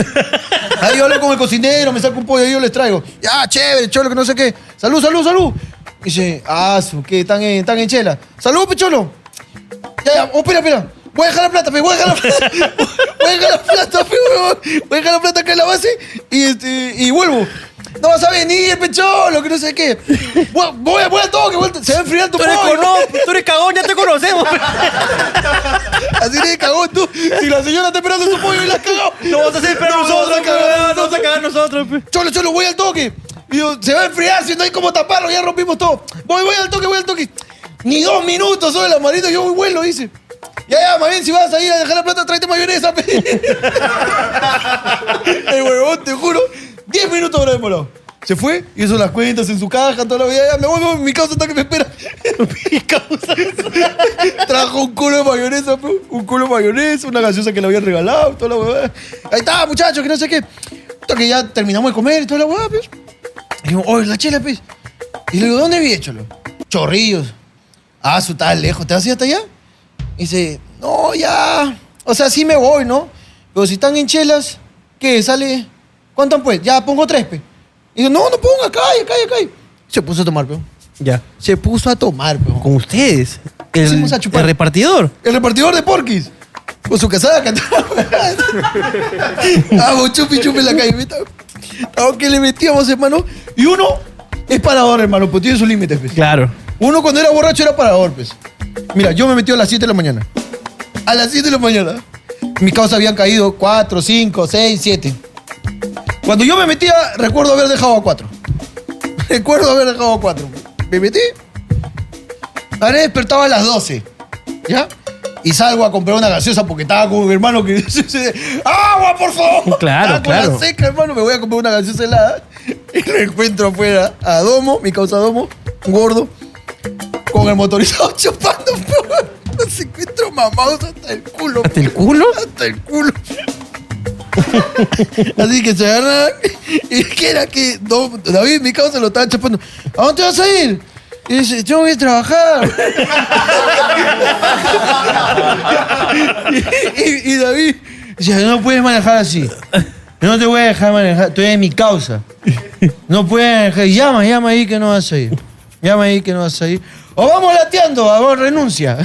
Speaker 2: Ahí yo hablo con el cocinero, me saco un pollo y yo les traigo. Ya, chévere, cholo, que no sé qué. Salud, salud, salud. Dice, ah, su, ¿qué? ¿Están en, están en chela? Salud, pecholo. Ya, ya, oh, espera, espera. Voy a dejar la plata, pe, voy a dejar la plata. Voy a dejar la plata, pe, huevón. Voy a dejar la plata acá en la base y, este, y vuelvo. No vas a venir, pecholo, que no sé qué. Voy, voy, voy al toque, voy al toque. Se va a enfriar tu
Speaker 1: Tú eres,
Speaker 2: pollo.
Speaker 1: cono- tú eres cagón, ya te conocemos.
Speaker 2: Así le cagó tú. Si la señora está esperando su pollo y la cagó.
Speaker 1: Lo vas a hacer esperar
Speaker 2: No,
Speaker 1: nosotros,
Speaker 2: no, no, no,
Speaker 1: cabrón. Nos vas a cagar nosotros. pe.
Speaker 2: Cholo, cholo, voy al toque. Y yo, se va a enfriar, si no hay como taparlo, ya rompimos todo. Voy, voy al toque, voy al toque. Ni dos minutos sobre la marito, yo voy vuelo, dice. Ya, ya, más bien, si vas a ir a dejar la plata, tráete mayonesa. pe. El huevón, te juro, diez minutos habrá demorado. Se fue, hizo las cuentas en su caja, toda la vida. Ya, me voy, me voy, mi causa está que me espera. mi causa. Trajo un culo de mayonesa, pe, un culo de mayonesa, una gaseosa que le habían regalado, toda la huevada. Ahí está, muchachos, que no sé qué. Puta, que ya terminamos de comer y toda la huevada, pues. Y digo, oye, la chela, pues. Y le digo, ¿dónde vive, cholo? Chorrillos. Ah, su tal lejos, ¿te vas a ir hasta allá? Y dice, no, ya. O sea, sí me voy, ¿no? Pero si están en chelas, ¿qué? Sale. ¿Cuánto han puesto? Ya pongo tres, pe. Y digo, no, no ponga, acá, acá, acá. Se puso a tomar, pe.
Speaker 1: Ya.
Speaker 2: Se puso a tomar, pe.
Speaker 1: Con ustedes. El,
Speaker 2: Hicimos a chupar.
Speaker 1: el repartidor.
Speaker 2: El repartidor de porquis. Con su casada cantaba. Hago chupi chupi en la calle. ¿viste? Aunque le metíamos, hermano. Y uno es parador, hermano, pues tiene sus límites, pues.
Speaker 1: Claro.
Speaker 2: Uno cuando era borracho era parador, pues. Mira, yo me metí a las 7 de la mañana. A las 7 de la mañana. mis causas habían caído 4, 5, 6, 7. Cuando yo me metía, recuerdo haber dejado a 4. Recuerdo haber dejado a 4. Me metí. Habré despertado a las 12. ¿Ya? Y salgo a comprar una gaseosa porque estaba con mi hermano que dice, ¡agua, por favor!
Speaker 1: Claro,
Speaker 2: Estaba con la
Speaker 1: claro.
Speaker 2: seca, hermano, me voy a comprar una gaseosa helada. Y lo encuentro afuera a Domo, mi causa Domo, un gordo, con el motorizado chupando. Los encuentro mamados hasta el culo.
Speaker 1: ¿Hasta el culo?
Speaker 2: Hasta el culo. Así que se agarran. Y que era que Dom- David, mi causa, lo estaba chupando. ¿A dónde vas a ir? Y dice, yo voy a trabajar. y, y David decía, no puedes manejar así. No te voy a dejar manejar, tú eres mi causa. No puedes manejar. Llama, llama ahí que no vas a ir. Llama ahí que no vas a ir. O vamos lateando, o vamos renuncia.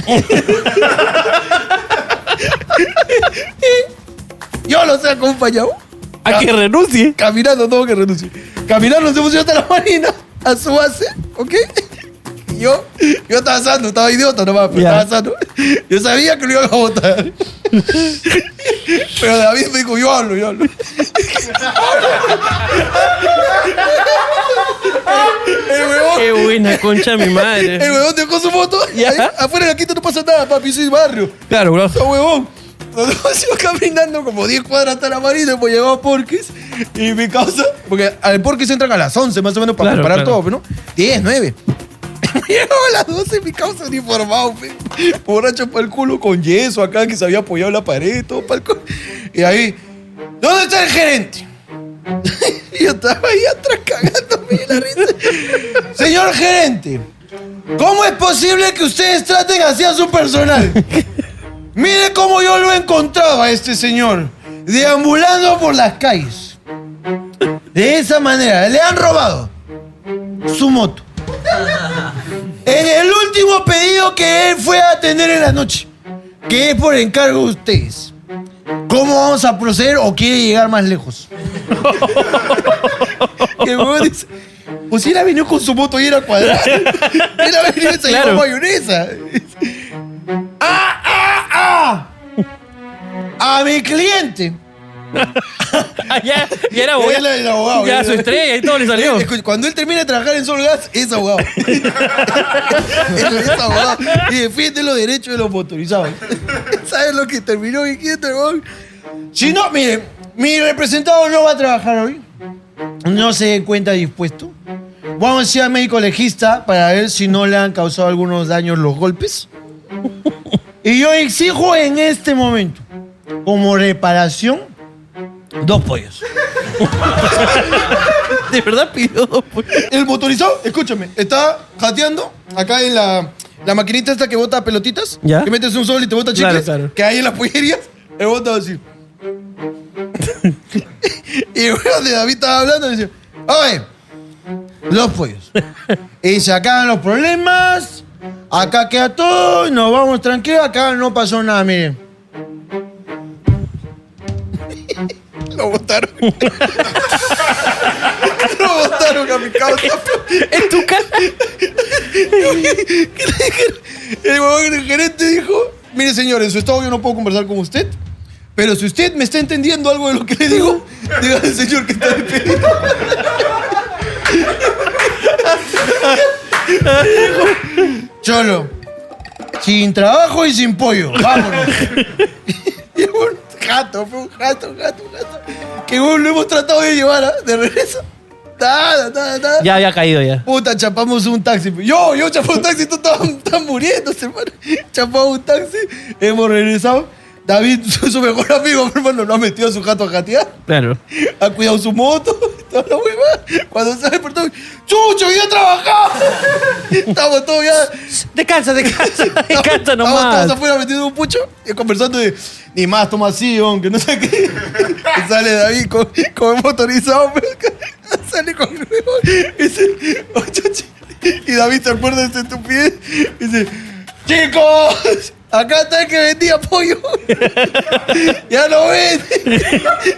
Speaker 2: Y Yo los he acompañado.
Speaker 1: A que renuncie.
Speaker 2: Caminando, tengo que renunciar. Caminando, nos hemos ido hasta la marina, a su base, ¿ok? Y Yo, yo estaba sano, estaba idiota nomás, pero
Speaker 1: Ya.
Speaker 2: estaba sano. Yo sabía que lo iban a votar. Pero David me dijo, yo hablo, yo hablo. El huevón,
Speaker 1: Qué buena concha mi
Speaker 2: el
Speaker 1: madre.
Speaker 2: huevón dejó su moto y
Speaker 1: Ya.
Speaker 2: ahí, afuera de la quinta no pasa nada, papi, soy barrio.
Speaker 1: Claro, bro.
Speaker 2: No, huevón. Nos hemos ido caminando como 10 cuadras hasta la marina, pues llegamos a Porquis y mi causa. Porque al Porquis entran a las 11 más o menos para
Speaker 1: Claro,
Speaker 2: preparar
Speaker 1: claro.
Speaker 2: todo, ¿no? 10, 9. Llegamos a las 12 mi causa uniformado, pe. borracho para el culo con yeso acá que se había apoyado en la pared, todo para el culo. Y ahí, ¿dónde está el gerente? y yo estaba ahí atrás cagándome de la risa. Señor gerente, ¿cómo es posible que ustedes traten así a su personal? Mire cómo yo lo encontraba a este señor, deambulando por las calles. De esa manera, le han robado su moto. En el último pedido que él fue a atender en la noche, que es por encargo de ustedes. ¿Cómo vamos a proceder o quiere llegar más lejos? Y el huevón dice, pues si él ha venido con su moto y era cuadrada. Él ha venido y
Speaker 1: Claro.
Speaker 2: con mayonesa. ¡Ah, ah, ah! A mi cliente.
Speaker 1: Ah, ya, ya era abogado.
Speaker 2: Él era el abogado, eh,
Speaker 1: Ya
Speaker 2: él
Speaker 1: su
Speaker 2: era-
Speaker 1: estrella y todo le salió.
Speaker 2: Escucha, Cuando él termina de trabajar en Solgas, es abogado. es abogado y defiende los derechos de los motorizados. ¿Sabes lo que terminó diciendo el huevón? Si no, miren, mi representado no va a trabajar hoy. No se cuenta dispuesto. Vamos a ir al médico legista para ver si no le han causado algunos daños los golpes. Y yo exijo en este momento, como reparación, dos pollos.
Speaker 1: De verdad pidió dos pollos.
Speaker 2: El motorizado, escúchame, está jateando acá en la, la maquinita esta que bota pelotitas.
Speaker 1: Ya.
Speaker 2: Que metes un sol y te bota chicles.
Speaker 1: Claro, claro.
Speaker 2: Que hay en las pollerías. El bota así. y bueno, de David estaba hablando y decía, oye, los pollos. y se acaban los problemas. Acá queda todo y nos vamos tranquilos. Acá no pasó nada, miren. Lo botaron. Lo botaron a mi causa.
Speaker 1: En tu cara.
Speaker 2: ¿Qué le dijeron? El huevón del gerente dijo, mire señor, en su estado yo no puedo conversar con usted, pero si usted me está entendiendo algo de lo que le digo, dígale al señor que está despedido. Y dijo, Cholo, sin trabajo y sin pollo, vámonos. Y fue un gato, fue un gato, un gato, un gato. Que huevón, lo hemos tratado de llevar ¿ah? de regreso. Nada, nada, nada.
Speaker 1: Ya había caído ya.
Speaker 2: Puta, chapamos un taxi. Yo, yo chapé un taxi, tú estabas estabas muriéndose, hermano. Chapamos un taxi, hemos regresado. David, su, su mejor amigo, hermano, lo ha metido a su gato a jatear.
Speaker 1: Claro.
Speaker 2: Ha cuidado su moto. toda la huevada. Cuando sale por todo, ¡Chucho, ya trabajamos! Estamos todos ya.
Speaker 1: Descansa, descansa,
Speaker 2: Estamos-
Speaker 1: descansa
Speaker 2: Estamos todos
Speaker 1: nomás.
Speaker 2: afuera metiendo un pucho y conversando de ni más toma así, aunque no sé qué. Y sale David con, con el motorizado, pero sale con el huevón. Y dice, "Ocho, chi-". Y David se acuerda de esa estupidez. Y dice, chicos, acá está el que vendía pollo. ya lo vende.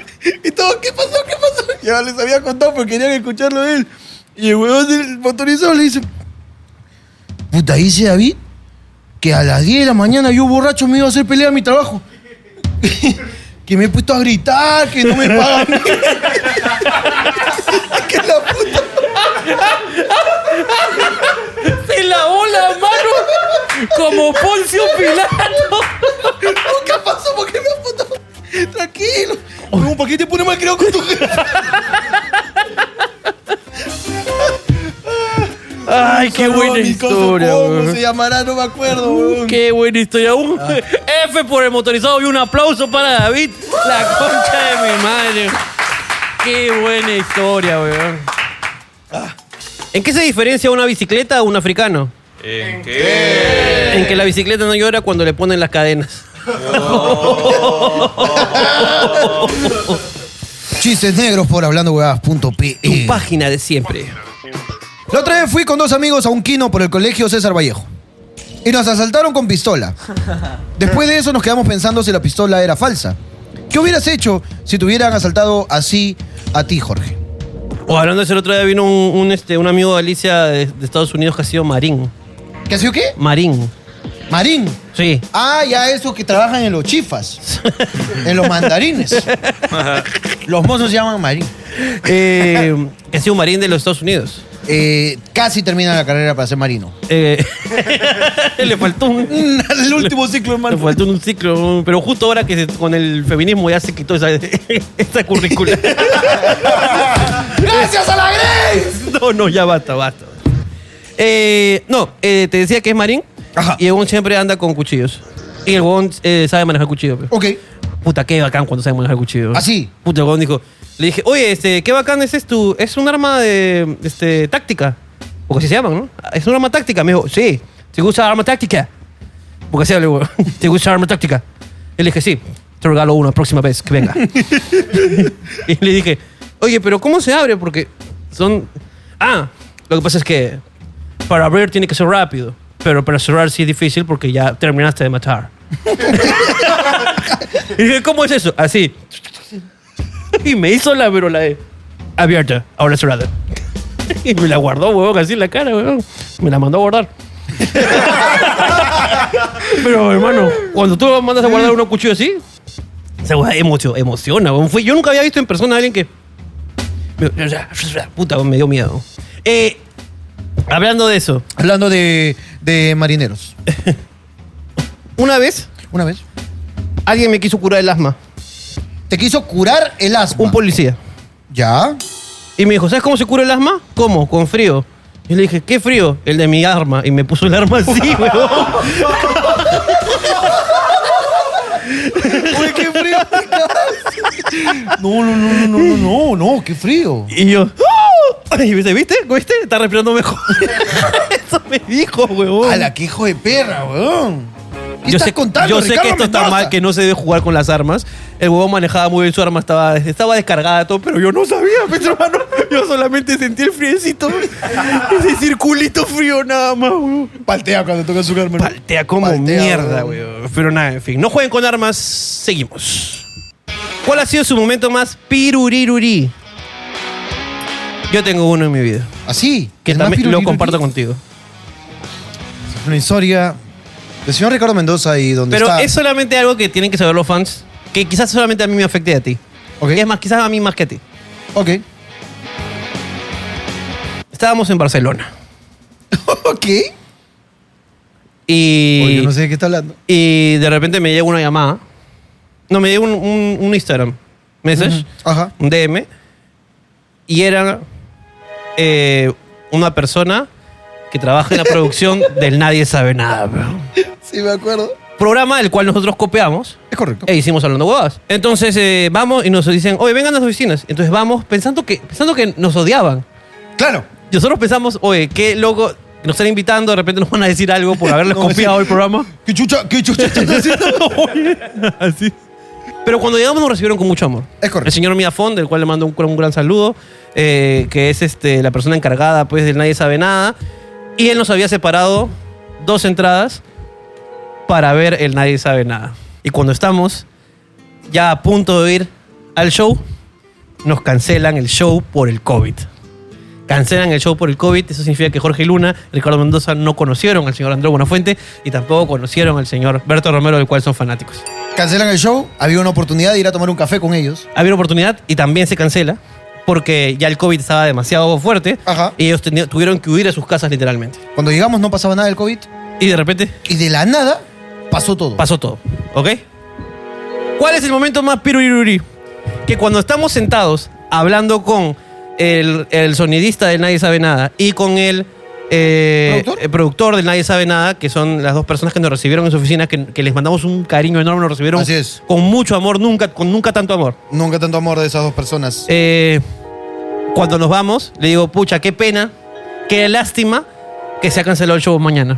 Speaker 2: y todo, ¿qué pasó? ¿Qué pasó? Ya les había contado porque querían escucharlo de él. Y el huevón del motorizado le dice, puta, dice David que a las 10 de la mañana yo borracho me iba a hacer pelear a mi trabajo. que me he puesto a gritar, que no me pagan. que la puta.
Speaker 1: Se lavó la mano como Poncio Pilato.
Speaker 2: Nunca pasó porque me ha puta. Tranquilo. No, ¿Por qué te pones mal creo con tu jefe?
Speaker 1: Ay, qué
Speaker 2: Saludo a
Speaker 1: buena
Speaker 2: mi coso,
Speaker 1: historia.
Speaker 2: ¿Cómo
Speaker 1: weón.
Speaker 2: se llamará? No me acuerdo, weón.
Speaker 1: Qué buena historia. Un F por el motorizado y un aplauso para David. La concha de mi madre. Qué buena historia, weón. Ah. ¿En qué se diferencia una bicicleta a un africano?
Speaker 8: ¿En qué?
Speaker 1: En que la bicicleta no llora cuando le ponen las cadenas.
Speaker 2: Chistes negros por hablando
Speaker 8: Eh.
Speaker 2: E.
Speaker 1: Tu página de siempre.
Speaker 2: La otra vez fui con dos amigos a un kino por el colegio César Vallejo. Y nos asaltaron con pistola. Después de eso nos quedamos pensando si la pistola era falsa. ¿Qué hubieras hecho si te hubieran asaltado así a ti, Jorge?
Speaker 1: O hablando de eso, el otro día vino un, un, este, un amigo de Alicia de, de Estados Unidos que ha sido marín.
Speaker 2: ¿Qué ha sido qué?
Speaker 1: Marín.
Speaker 2: Marín.
Speaker 1: Sí.
Speaker 2: Ah, ya esos que trabajan en los chifas. En los mandarines. Los mozos se llaman marín.
Speaker 1: Eh, que ha sido un marín de los Estados Unidos.
Speaker 2: Eh, casi termina la carrera para ser marino.
Speaker 1: Eh, le faltó un...
Speaker 2: El último ciclo,
Speaker 1: Le
Speaker 2: hermano.
Speaker 1: faltó un ciclo, pero justo ahora que se- con el feminismo ya se quitó esa, esa currícula.
Speaker 2: ¡Gracias a la Grace!
Speaker 1: No, no, ya basta, basta. Eh, no, eh, te decía que es marín
Speaker 2: Ajá.
Speaker 1: y el huevón siempre anda con cuchillos. Y el huevón eh, sabe manejar cuchillos. pe.
Speaker 2: Ok.
Speaker 1: Puta, qué bacán cuando sabe manejar cuchillo.
Speaker 2: ¿Ah, sí?
Speaker 1: Puta, el huevón dijo. Le dije, oye, este, qué bacán ese es tu. Es un arma de. Este, táctica. Porque así se llaman, ¿no? "Ah, Es un arma táctica. Me dijo, sí. ¿Te gusta arma táctica? Porque así habla el huevón. ¿Te gusta arma táctica? Y le dije, sí. Te regalo una próxima vez que venga. y le dije, oye, pero ¿cómo se abre? Porque son. Ah, lo que pasa es que para abrir tiene que ser rápido. Pero para cerrar sí es difícil porque ya terminaste de matar. Y dije, ¿cómo es eso? Así. Y me hizo la pero la de abierta, ahora cerrada. Y me la guardó, huevón, así en la cara, huevón. Me la mandó a guardar. pero, hermano, cuando tú mandas a guardar unos cuchillos así, esa hueá emocio- emociona, huevón. Fue- Yo nunca había visto en persona a alguien que... Puta, me dio miedo. Eh, hablando de eso,
Speaker 2: Hablando de, de marineros.
Speaker 1: una vez
Speaker 2: Una vez.
Speaker 1: alguien me quiso curar el asma.
Speaker 2: Te quiso curar el asma.
Speaker 1: Un policía.
Speaker 2: ¿Ya?
Speaker 1: Y me dijo, ¿sabes cómo se cura el asma? ¿Cómo? Con frío. Y le dije, ¿qué frío? El de mi arma. Y me puso el arma así, weón.
Speaker 2: Uy, qué frío. no, no, no, no, no, no, no, qué frío.
Speaker 1: Y yo, ¡ah! Y me dice, ¿viste? ¿Viste? Está respirando mejor. Eso me dijo, weón.
Speaker 2: ¡Hala, qué hijo de perra, weón! ¿Qué
Speaker 1: yo
Speaker 2: estás
Speaker 1: sé,
Speaker 2: contando,
Speaker 1: yo sé
Speaker 2: Ricardo
Speaker 1: que esto está
Speaker 2: Mendoza?
Speaker 1: mal, que no se debe jugar con las armas. El huevón manejaba muy bien su arma, estaba, estaba descargada, todo, pero yo no sabía, pues, hermano. Yo solamente sentí el friecito, ese circulito frío nada más, weón.
Speaker 2: Paltea cuando toca su hermano.
Speaker 1: Paltea como
Speaker 2: Paltea,
Speaker 1: mierda, güey.
Speaker 2: weón.
Speaker 1: Pero nada, en fin. No jueguen con armas. Seguimos. ¿Cuál ha sido su momento más pirurirurí? Yo tengo uno en mi vida.
Speaker 2: Así.
Speaker 1: Que
Speaker 2: el más
Speaker 1: también lo
Speaker 2: piruliruri.
Speaker 1: comparto contigo.
Speaker 2: Una historia del señor Ricardo Mendoza y donde
Speaker 1: Pero
Speaker 2: está.
Speaker 1: es solamente algo que tienen que saber los fans. Que quizás solamente a mí me afecte y a ti.
Speaker 2: Ok.
Speaker 1: Es más, quizás a mí más que a ti.
Speaker 2: Ok.
Speaker 1: Estábamos en Barcelona.
Speaker 2: ok.
Speaker 1: Y.
Speaker 2: Oye, yo no sé de qué está hablando.
Speaker 1: Y de repente me llega una llamada. No, me llega un, un- un Instagram. Message.
Speaker 2: Ajá.
Speaker 1: un DM, y era eh, una persona que trabaja en la producción del Nadie Sabe Nada, bro.
Speaker 2: Sí, me acuerdo.
Speaker 1: Programa del cual nosotros copiamos
Speaker 2: Es correcto.
Speaker 1: e hicimos hablando huevadas. Entonces eh, vamos y nos dicen, oye, vengan a las oficinas. Entonces vamos pensando que, pensando que nos odiaban.
Speaker 2: Claro.
Speaker 1: Y nosotros pensamos, oye, qué loco, nos están invitando, de repente nos van a decir algo por haberles
Speaker 2: No,
Speaker 1: copiado
Speaker 2: sí.
Speaker 1: el programa.
Speaker 2: ¿Qué chucha? ¿Qué chucha estás haciendo?
Speaker 1: Oye, así. Pero cuando llegamos nos recibieron con mucho amor.
Speaker 2: Es correcto.
Speaker 1: El señor Miafón, del cual le mando un, un gran saludo, eh, que es este, la persona encargada pues del Nadie Sabe Nada. Y él nos había separado dos entradas para ver el Nadie Sabe Nada. Y cuando estamos ya a punto de ir al show, nos cancelan el show por el COVID. cancelan el show por el COVID. Eso significa que Jorge Luna, Ricardo Mendoza no conocieron al señor Andrés Buenafuente y tampoco conocieron al señor Berto Romero, del cual son fanáticos.
Speaker 2: Cancelan el show, había una oportunidad de ir a tomar un café con ellos.
Speaker 1: Había una oportunidad y también se cancela porque ya el COVID estaba demasiado fuerte
Speaker 2: Ajá.
Speaker 1: y ellos teni- tuvieron que huir a sus casas literalmente.
Speaker 2: Cuando llegamos no pasaba nada del COVID
Speaker 1: Y de repente
Speaker 2: y de la nada pasó todo.
Speaker 1: pasó todo, ¿ok? ¿Cuál es el momento más pirurirurí? Que cuando estamos sentados hablando con el, el sonidista del Nadie Sabe Nada y con el, eh,
Speaker 2: ¿Productor?
Speaker 1: el productor del Nadie Sabe Nada, que son las dos personas que nos recibieron en su oficina, que, que les mandamos un cariño enorme, nos recibieron
Speaker 2: Así es.
Speaker 1: con mucho amor, nunca, con nunca tanto amor.
Speaker 2: Nunca tanto amor de esas dos personas.
Speaker 1: Eh, cuando nos vamos, le digo, pucha, qué pena, qué lástima que se ha cancelado el show mañana.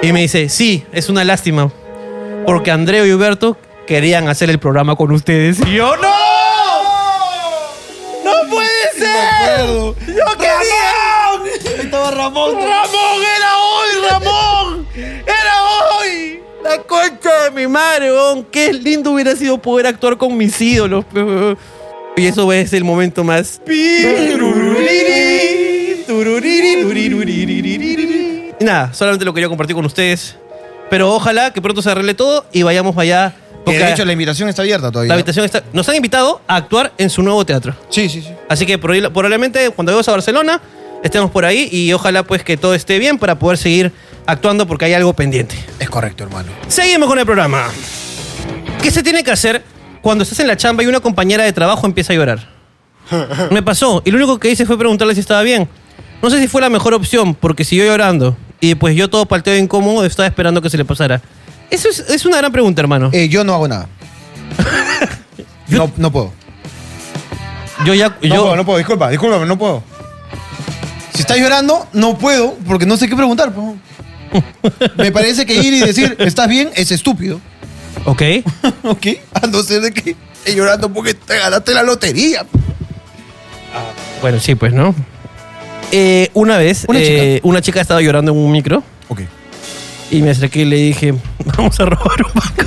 Speaker 1: Y me dice, sí, es una lástima, porque Andreo y Huberto querían hacer el programa con ustedes. Y yo, ¡no! ¡No puede ser!
Speaker 2: Acuerdo.
Speaker 1: ¡Yo quería!
Speaker 2: Ahí Estaba Ramón.
Speaker 1: ¡Ramón, era hoy, Ramón! ¡Era hoy! La concha de mi madre, weón. Qué lindo hubiera sido poder actuar con mis ídolos. pe, weón. Y eso es el momento más. pirururiri, tururiri, turuririririri. Y nada, solamente lo quería compartir con ustedes. Pero ojalá que pronto se arregle todo y vayamos para allá.
Speaker 2: Que
Speaker 1: Porque
Speaker 2: de hecho la invitación está abierta todavía.
Speaker 1: la habitación está. Nos han invitado a actuar en su nuevo teatro.
Speaker 2: Sí, sí, sí.
Speaker 1: Así que proba- probablemente cuando vayamos a Barcelona estemos por ahí y ojalá pues que todo esté bien para poder seguir actuando porque hay algo pendiente.
Speaker 2: Es correcto, hermano.
Speaker 1: Seguimos con el programa. ¿Qué se tiene que hacer cuando estás en la chamba y una compañera de trabajo empieza a llorar? Me pasó y lo único que hice fue preguntarle si estaba bien. No sé si fue la mejor opción porque siguió llorando y pues yo todo palteo incómodo estaba esperando que se le pasara. Eso es, es una gran pregunta, hermano.
Speaker 2: Eh, yo no hago nada. no, no puedo.
Speaker 1: Yo ya...
Speaker 2: No
Speaker 1: yo,
Speaker 2: puedo, no puedo. Disculpa, disculpa, no puedo. Si estás llorando, no puedo porque no sé qué preguntar. po. Me parece que ir y decir, ¿estás bien? Es estúpido.
Speaker 1: Ok.
Speaker 2: ¿Ok? A no ser de que estés llorando porque te ganaste la lotería. po.
Speaker 1: Bueno, sí, pues, ¿no? Eh, una vez,
Speaker 2: Una
Speaker 1: eh, una chica estaba llorando en un micro
Speaker 2: Ok.
Speaker 1: y me acerqué y le dije, vamos a robar un banco.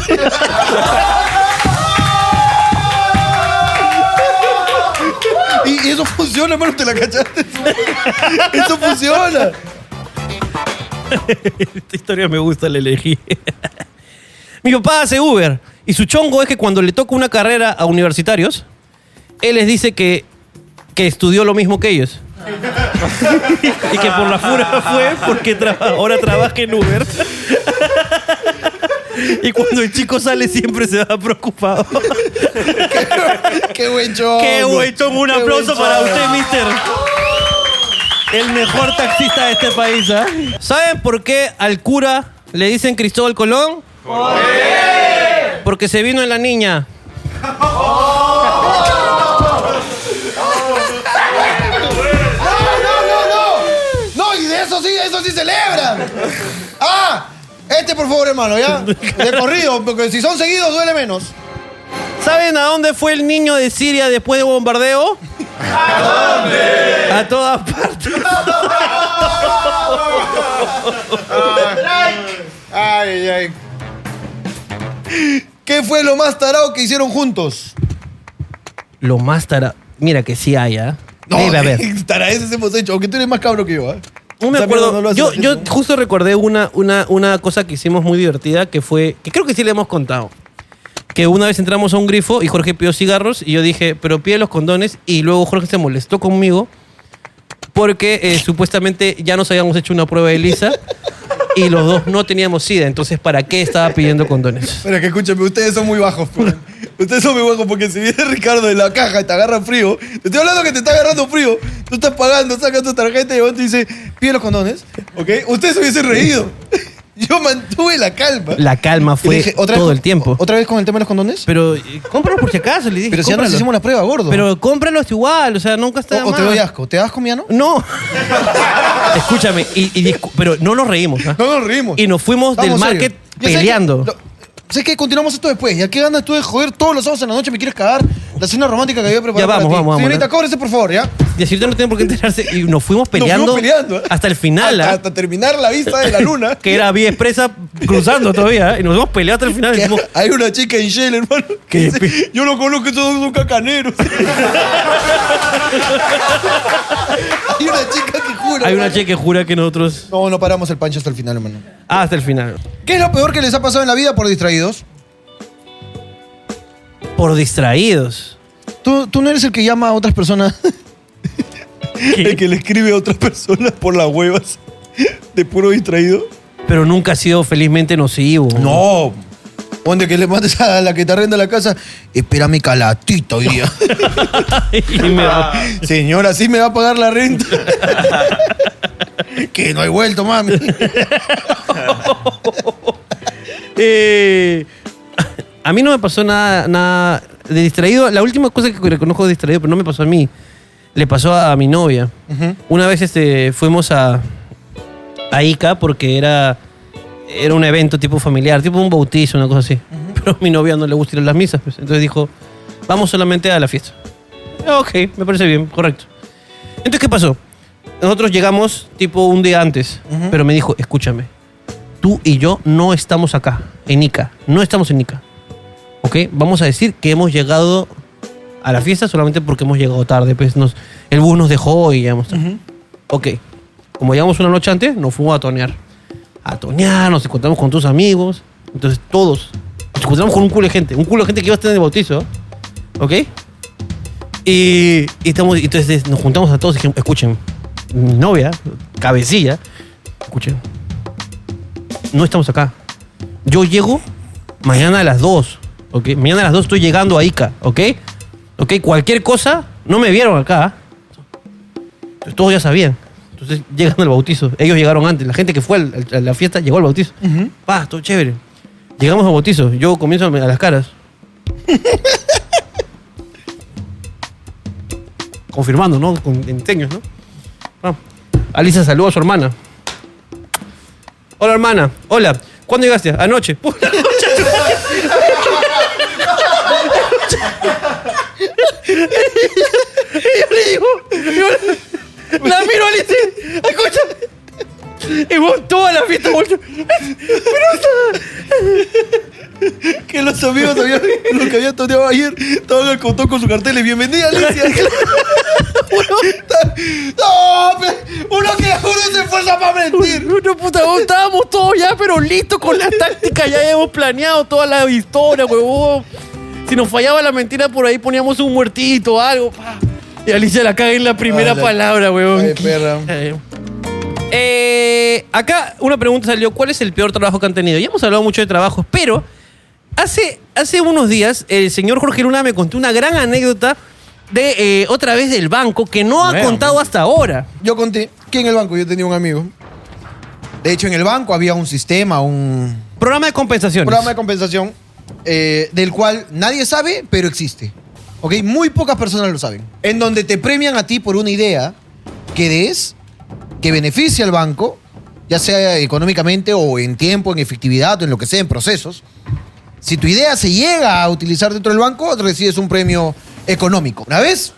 Speaker 2: Y, y eso funciona, hermano, ¿te la cachaste? Eso funciona.
Speaker 1: Esta historia me gusta, la elegí. Mi papá hace Uber y su chongo es que cuando le toca una carrera a universitarios, él les dice que, que estudió lo mismo que ellos. y que por la fura fue porque traba- ahora trabaja en Uber. y cuando el chico sale siempre se va preocupado.
Speaker 2: Qué buen show.
Speaker 1: ¡Qué buen chongo! Un
Speaker 2: Qué buen
Speaker 1: aplauso para
Speaker 2: chongo.
Speaker 1: usted, mister. El mejor taxista de este país, ¿ah? ¿Saben por qué al cura le dicen Cristóbal Colón? Porque se vino en la niña.
Speaker 2: No, no, no. No, y de eso sí, de eso sí celebran. Ah, este por favor, hermano, ya. De corrido, porque si son seguidos duele menos.
Speaker 1: ¿Saben a dónde fue el niño de Siria después de bombardeo? ¿A dónde? A todas partes.
Speaker 7: Ay, ay.
Speaker 2: ¿Qué fue lo más tarado que hicieron juntos?
Speaker 1: Lo más tara... Mira que sí hay, ¿ah? Debe haber.
Speaker 2: Taraeses hemos hecho, aunque tú eres más cabro que yo, ¿eh?
Speaker 1: No me
Speaker 2: Esa
Speaker 1: acuerdo.
Speaker 2: mierda no lo hace
Speaker 1: yo,
Speaker 2: la gente,
Speaker 1: yo
Speaker 2: ¿no?
Speaker 1: justo recordé una, una, una cosa que hicimos muy divertida que fue. que creo que sí le hemos contado. Que una vez entramos a un grifo y Jorge pidió cigarros y yo dije, pero pide los condones. Y luego Jorge se molestó conmigo porque eh, supuestamente ya nos habíamos hecho una prueba de lisa y los dos no teníamos sida. Entonces, ¿para qué estaba pidiendo condones?
Speaker 2: Pero que escúchame, ustedes son muy bajos. po. Ustedes son muy bajos porque si viene Ricardo de la caja y te agarra frío, te estoy hablando que te está agarrando frío, tú estás pagando, sacas tu tarjeta y vos te dice, pide los condones, ¿ok? Ustedes hubiesen reído. Yo mantuve la calma.
Speaker 1: La calma
Speaker 2: Y le
Speaker 1: fue
Speaker 2: dije,
Speaker 1: todo
Speaker 2: vez-
Speaker 1: el tiempo.
Speaker 2: ¿Otra vez con el tema de los condones?
Speaker 1: Pero eh, cómpralo por si acaso, le dije.
Speaker 2: Pero si ya nos
Speaker 1: cómpralo.
Speaker 2: hicimos la prueba, gordo.
Speaker 1: Pero cómpralos igual, o sea, nunca está de
Speaker 2: o, o te
Speaker 1: más.
Speaker 2: doy asco. ¿Te das asco, Miano?
Speaker 1: No. Escúchame, y, y discu- pero no nos reímos. ¿ah?
Speaker 2: No nos reímos.
Speaker 1: Y nos fuimos del
Speaker 2: Vamos,
Speaker 1: market
Speaker 2: serio. Ya sé que-
Speaker 1: peleando.
Speaker 2: lo- Sé que continuamos esto después. ¿Ya qué ganas tú de joder todos los sábados en la noche? ¿Me quieres cagar? La cena romántica que había preparado.
Speaker 1: vamos,
Speaker 2: para ti.
Speaker 1: vamos, vamos,
Speaker 2: Señorita,
Speaker 1: ¿no?
Speaker 2: cóbrese, por favor, ¿ya?
Speaker 1: Y así ahorita no tienen por qué enterarse. Y nos fuimos peleando,
Speaker 2: Nos fuimos peleando. ¿eh?
Speaker 1: hasta el final,
Speaker 2: Hasta,
Speaker 1: ¿ah?
Speaker 2: hasta terminar la vista de la luna.
Speaker 1: que era vía expresa cruzando todavía. ¿eh? Y nos hemos peleado hasta el final.
Speaker 2: Que
Speaker 1: Y dijimos,
Speaker 2: hay una chica en Shell, hermano.
Speaker 1: Qué
Speaker 2: que dice,
Speaker 1: pi-
Speaker 2: yo lo conozco, todos son cacaneros. Hay una chica que jura.
Speaker 1: Hay una chica que jura que nosotros. Ah,
Speaker 2: No, no paramos el pancho hasta el final, hermano.
Speaker 1: Hasta el final.
Speaker 2: ¿Qué es lo peor que les ha pasado en la vida por distraídos?
Speaker 1: Por distraídos.
Speaker 2: Tú, tú no eres el que llama a otras personas. El que le escribe a otras personas por las huevas. De puro distraído.
Speaker 1: Pero nunca ha sido felizmente nocivo.
Speaker 2: No. Ponte que le mandes a la que te arrenda la casa. Espera mi calatito hoy día.
Speaker 1: Y me va-
Speaker 2: Señora, sí me va a pagar la renta. que no hay vuelto, mami.
Speaker 1: Eh, a mí no me pasó nada, nada de distraído. La última cosa que reconozco de distraído, pero no me pasó a mí, le pasó a, a mi novia. Una vez este, fuimos a, a Ica porque era, era un evento tipo familiar, tipo un bautizo, una cosa así. Pero a mi novia no le gusta ir a las misas. pues. Entonces dijo, vamos solamente a la fiesta. Ah, Ok, me parece bien, correcto. Entonces, ¿qué pasó? Nosotros llegamos tipo un día antes, pero me dijo, escúchame, tú y yo no estamos acá, en Ica. No estamos en Ica. ¿Ok? Vamos a decir que hemos llegado a la fiesta solamente porque hemos llegado tarde. Pues nos, el bus nos dejó y llegamos tarde. Ok. Como llegamos una noche antes, nos fuimos a tonear. A tonear, nos encontramos con tus amigos. Entonces, todos. Nos encontramos con un culo de gente. Un culo de gente que iba a estar en el bautizo. ¿Ok? Y, y estamos, y entonces nos juntamos a todos y dijimos, escuchen, mi novia, cabecilla, escuchen, no estamos acá. Yo llego mañana a las 2, ¿ok? Mañana a las 2 estoy llegando a Ica, ¿ok? ¿Ok? Cualquier cosa, no me vieron acá. ¿ah? Entonces, todos ya sabían. Entonces llegan al bautizo. Ellos llegaron antes. La gente que fue al- al- a la fiesta llegó al bautizo. Pa, todo chévere. Llegamos al bautizo. Yo comienzo a me- a las caras. Confirmando, ¿no? Con enseños, ¿no? Ah. Alisa saluda a su hermana. Hola, hermana. Hola. ¿Cuándo llegaste? Anoche. Puta concha de tu madre. y yo le digo, yo la, la miro a Alice, escúchame. Y vos toda la fiesta, vos,
Speaker 2: que los amigos habían, los que habían toneado ayer estaban al contón con sus carteles. Bienvenida, Alicia. Uno- no, pe- uno que juro se esfuerza para mentir.
Speaker 1: No, no, puta, huevón, estábamos todos ya, pero listos con la táctica, ya habíamos planeado toda la historia, huevón. Si nos fallaba la mentira por ahí, poníamos un muertito, algo, pa. Y Alicia la caga en la primera
Speaker 2: Ah, la-
Speaker 1: palabra, huevón.
Speaker 2: Ay, perra.
Speaker 1: Eh, eh, acá una pregunta salió, ¿cuál es el peor trabajo que han tenido? Ya hemos hablado mucho de trabajos, pero hace, hace unos días el señor Jorge Luna me contó una gran anécdota de eh, otra vez del banco que no ha
Speaker 7: Bueno.
Speaker 1: contado hasta ahora.
Speaker 2: Yo conté que en el banco yo tenía un amigo. De hecho, en el banco había un sistema, un
Speaker 1: Programa de compensaciones.
Speaker 2: programa de compensación eh, del cual nadie sabe, pero existe. ¿Ok? Muy pocas personas lo saben. En donde te premian a ti por una idea que des, que beneficia al banco, ya sea económicamente o en tiempo, en efectividad o en lo que sea, en procesos. Si tu idea se llega a utilizar dentro del banco, recibes un premio económico. Una vez,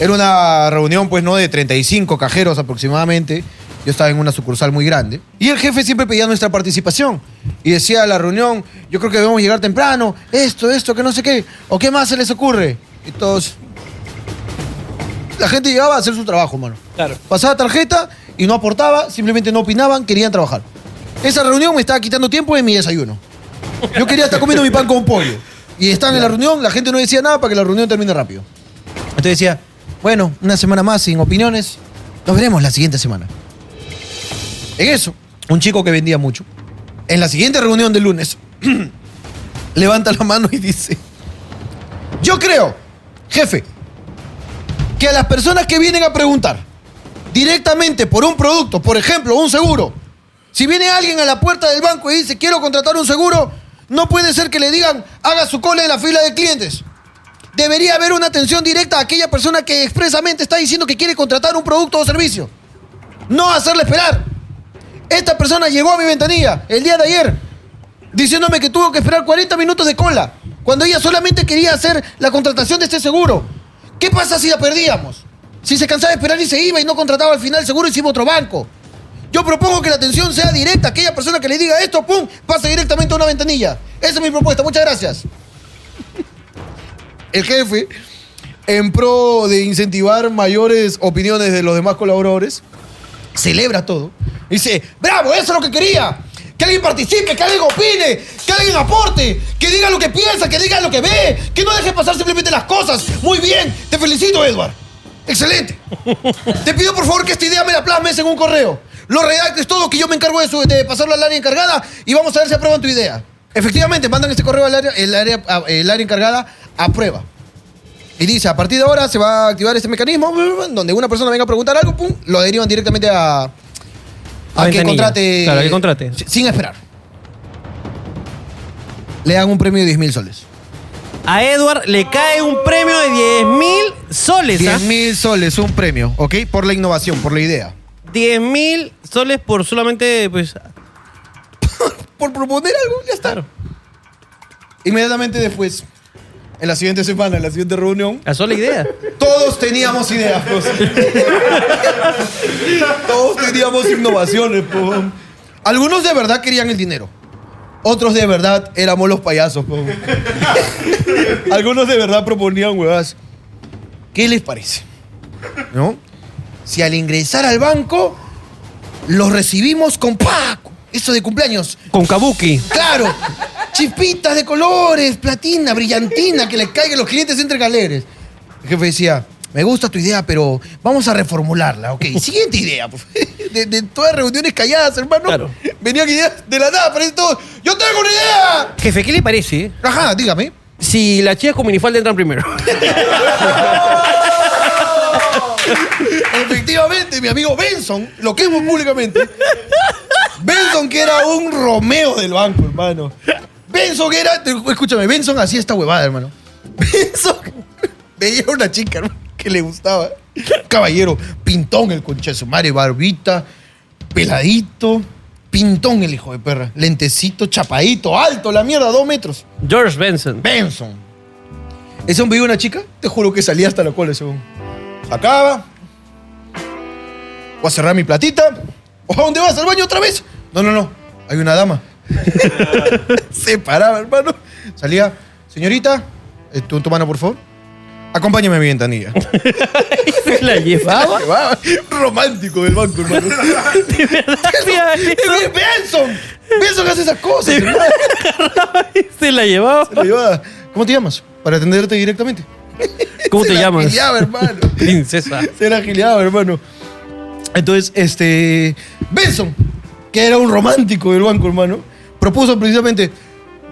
Speaker 2: era una reunión, pues, ¿no? De 35 cajeros aproximadamente. Yo estaba en una sucursal muy grande. Y el jefe siempre pedía nuestra participación. Y decía a la reunión, yo creo que debemos llegar temprano, esto, esto, que no sé qué. ¿O qué más se les ocurre? Y todos... La gente llegaba a hacer su trabajo, mano.
Speaker 1: Claro.
Speaker 2: Pasaba tarjeta y no aportaba, simplemente no opinaban, querían trabajar. Esa reunión me estaba quitando tiempo de mi desayuno. Yo quería estar comiendo mi pan con pollo. Y estaban en la reunión, la gente no decía nada para que la reunión termine rápido. Entonces decía, bueno, una semana más sin opiniones, nos veremos la siguiente semana. En eso, un chico que vendía mucho, en la siguiente reunión del lunes, levanta la mano y dice, yo creo, jefe, que a las personas que vienen a preguntar directamente por un producto, por ejemplo, un seguro, si viene alguien a la puerta del banco y dice, quiero contratar un seguro, no puede ser que le digan, haga su cola en la fila de clientes. Debería haber una atención directa a aquella persona que expresamente está diciendo que quiere contratar un producto o servicio. No hacerle esperar. Esta persona llegó a mi ventanilla el día de ayer diciéndome que tuvo que esperar 40 minutos de cola cuando ella solamente quería hacer la contratación de este seguro. ¿Qué pasa si la perdíamos? Si se cansaba de esperar y se iba y no contrataba al final el seguro, hicimos otro banco. Yo propongo que la atención sea directa. Aquella persona que le diga esto, pum, pasa directamente a una ventanilla. Esa es mi propuesta. Muchas gracias. El jefe en pro de incentivar mayores opiniones de los demás colaboradores, celebra todo. Dice, bravo, eso es lo que quería. Que alguien participe, que alguien opine, que alguien aporte, que diga lo que piensa, que diga lo que ve, que no deje pasar simplemente las cosas. Muy bien, te felicito, Edward. Excelente. Te pido por favor que esta idea me la plasmes en un correo. Lo redactes todo, que yo me encargo de, su- de pasarlo al área encargada y vamos a ver si aprueban tu idea. Efectivamente, mandan este correo al área, el área, a- el área encargada, aprueba. Y dice, a partir de ahora se va a activar este mecanismo donde una persona venga a preguntar algo, pum, lo derivan directamente a, a, que
Speaker 1: ventanilla.
Speaker 2: contrate.
Speaker 1: Claro, a que contrate.
Speaker 2: si- Sin esperar. Le dan un premio de 10 mil soles.
Speaker 1: A Edward le cae un premio de 10 mil soles. ¿ah?
Speaker 2: 10 mil soles, un premio, ¿ok? Por la innovación, por la idea.
Speaker 1: 10 mil soles por solamente, pues,
Speaker 2: Por proponer algo, ya está. Inmediatamente después, en la siguiente semana, en la siguiente reunión,
Speaker 1: a sola idea.
Speaker 2: Todos teníamos ideas, pues. Todos teníamos innovaciones, pues. Algunos de verdad querían el dinero. Otros de verdad éramos los payasos, pues. Algunos de verdad proponían huevas. ¿Qué les parece? ¿No? Si al ingresar al banco los recibimos con ¡paco! Eso de cumpleaños.
Speaker 1: Con Kabuki.
Speaker 2: Claro. Chispitas de colores, platina, brillantina, que les caigan los clientes entre alegres. El jefe decía, me gusta tu idea, pero vamos a reformularla. Ok, siguiente idea. por favor. De, de todas reuniones calladas, hermano.
Speaker 1: Claro.
Speaker 2: Venían ideas de la nada, aparecen todos. ¡Yo tengo una idea!
Speaker 1: Jefe, ¿qué le parece eh?
Speaker 2: Ajá, dígame.
Speaker 1: si las chicas con minifalda entran primero?
Speaker 2: Efectivamente, mi amigo Benson, lo quemo públicamente. Benson que era un Romeo del banco, hermano. Benson que era... Escúchame, Benson hacía esta huevada, hermano. Benson veía a una chica hermano, que le gustaba. Caballero, pintón el concha de su madre, barbita, peladito, pintón el hijo de perra, lentecito, chapadito, alto, la mierda, dos metros.
Speaker 1: George Benson.
Speaker 2: Benson. Ese hombre y una chica, te juro que salía hasta la cola, según. Sacaba. Voy a cerrar mi platita. ¿O a dónde vas? ¿Al baño otra vez? No, no, no. Hay una dama. Se paraba, hermano. Salía, señorita, eh, tu, tu mano, por favor. Acompáñame a mi ventanilla.
Speaker 1: Se la llevaba.
Speaker 2: Va, Romántico del banco, hermano.
Speaker 1: De verdad, hacía eso.
Speaker 2: Benson. Benson hace esas cosas, hermano.
Speaker 1: Se la llevaba.
Speaker 2: Lo llevaba. ¿Cómo te llamas? Para atenderte directamente.
Speaker 1: ¿Cómo
Speaker 2: Se
Speaker 1: te
Speaker 2: la
Speaker 1: llamas?
Speaker 2: peleaba, hermano.
Speaker 1: Princesa.
Speaker 2: Se la gileaba, hermano. Entonces, este. Benson, que era un romántico del banco, hermano, propuso precisamente: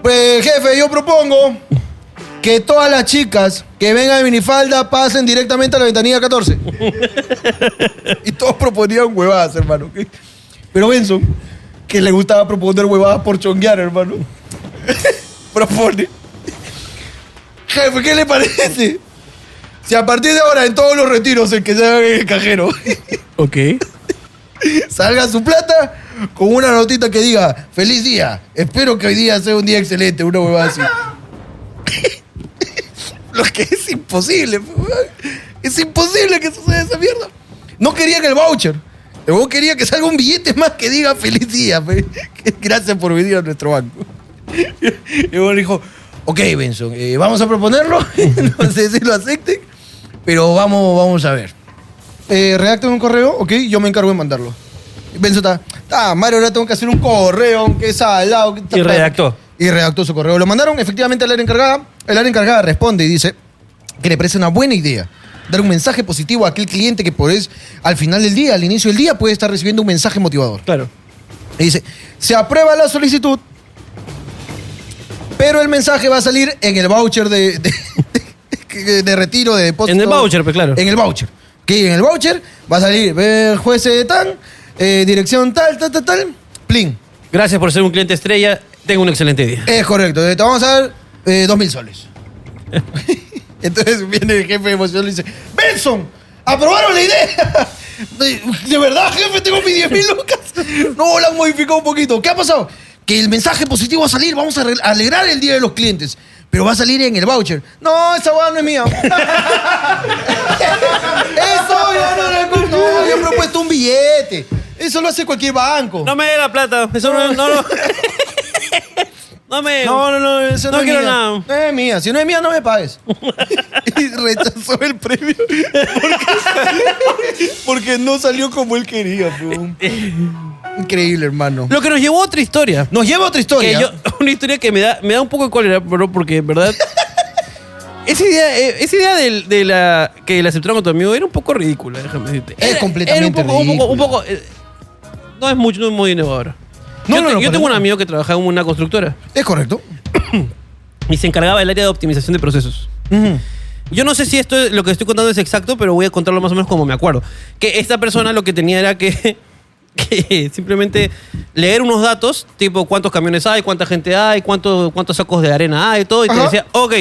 Speaker 2: Pues, jefe, yo propongo que todas las chicas que vengan de minifalda pasen directamente a la ventanilla 14. y todos proponían huevadas, hermano. ¿ok? Pero Benson, que le gustaba proponer huevadas por chonguear, hermano, propone: Jefe, ¿qué le parece? Si a partir de ahora en todos los retiros el que se haga en el cajero
Speaker 1: Ok.
Speaker 2: salga su plata con una notita que diga, feliz día, espero que hoy día sea un día excelente, una huevada así. Lo que es imposible, pues, weón. es imposible que suceda esa mierda. No querían el voucher. El weón quería que salga un billete más que diga feliz día. fe. Gracias por venir a nuestro banco. Y el weón dijo, ok, Benson, eh, vamos a proponerlo. no sé si lo acepten, pero vamos, vamos a ver eh, redacten un correo, ok, yo me encargo de mandarlo. Y Benzo está, ah, Mario, ahora tengo que hacer un correo, aunque es al lado. que está-
Speaker 1: Y redactó.
Speaker 2: Y redactó su correo. Lo mandaron efectivamente al área encargada. El área encargada responde y dice que le parece una buena idea dar un mensaje positivo a aquel cliente que por es al final del día, al inicio del día, puede estar recibiendo un mensaje motivador.
Speaker 1: Claro.
Speaker 2: Y dice, se aprueba la solicitud, pero el mensaje va a salir en el voucher de, de- de retiro, de depósito.
Speaker 1: En el voucher, pues, claro.
Speaker 2: En el voucher. Que en el voucher va a salir eh, juez de tan, eh, dirección tal, tal, tal, tal, plin.
Speaker 1: Gracias por ser un cliente estrella. Tengo un excelente día.
Speaker 2: Es correcto, eh, te vamos a dar eh, dos mil soles. Entonces viene el jefe de emoción y le dice, Benson, aprobaron la idea. De, de verdad, jefe, tengo mis 10 mil lucas. No, la han modificado un poquito. ¿Qué ha pasado? Que el mensaje positivo va a salir, vamos a arregl- a alegrar el día de los clientes. Pero va a salir en el voucher. No, esa hueá no es mía. Eso yo no lo he comp- No, yo he propuesto un billete. Eso lo hace cualquier banco.
Speaker 1: No me dé la plata. Eso no, no, no. No me.
Speaker 2: No, no, no, eso no,
Speaker 1: No
Speaker 2: es
Speaker 1: quiero
Speaker 2: mía.
Speaker 1: nada.
Speaker 2: No es mía. Si no es mía, no me pagues. y rechazó el premio porque, porque no salió como él quería. po. Increíble, hermano.
Speaker 1: Lo que nos llevó a otra historia.
Speaker 2: Nos lleva a otra
Speaker 1: Que
Speaker 2: historia.
Speaker 1: yo- una historia que me da, me da un poco de cólera, bro, porque en verdad. Esa idea, eh, esa idea del- de, la que le aceptaron a tu amigo era un poco ridícula, déjame decirte.
Speaker 2: Es
Speaker 1: Era-
Speaker 2: completamente
Speaker 1: era un poco, un poco- un
Speaker 2: ridícula.
Speaker 1: poco, eh, no es mucho, no es muy innovador.
Speaker 2: No,
Speaker 1: yo
Speaker 2: no,
Speaker 1: te-
Speaker 2: no,
Speaker 1: yo
Speaker 2: para
Speaker 1: tengo un
Speaker 2: nada.
Speaker 1: amigo que trabajaba en una constructora
Speaker 2: Es correcto.
Speaker 1: y se encargaba del área de optimización de procesos.
Speaker 2: Ujú.
Speaker 1: Yo no sé si esto es- lo que estoy contando es exacto, pero voy a contarlo más o menos como me acuerdo. Que esta persona lo que tenía era que, que simplemente leer unos datos, tipo cuántos camiones hay, cuánta gente hay, cuánto- cuántos sacos de arena hay, todo, y te
Speaker 2: Ajá.
Speaker 1: decía, ok,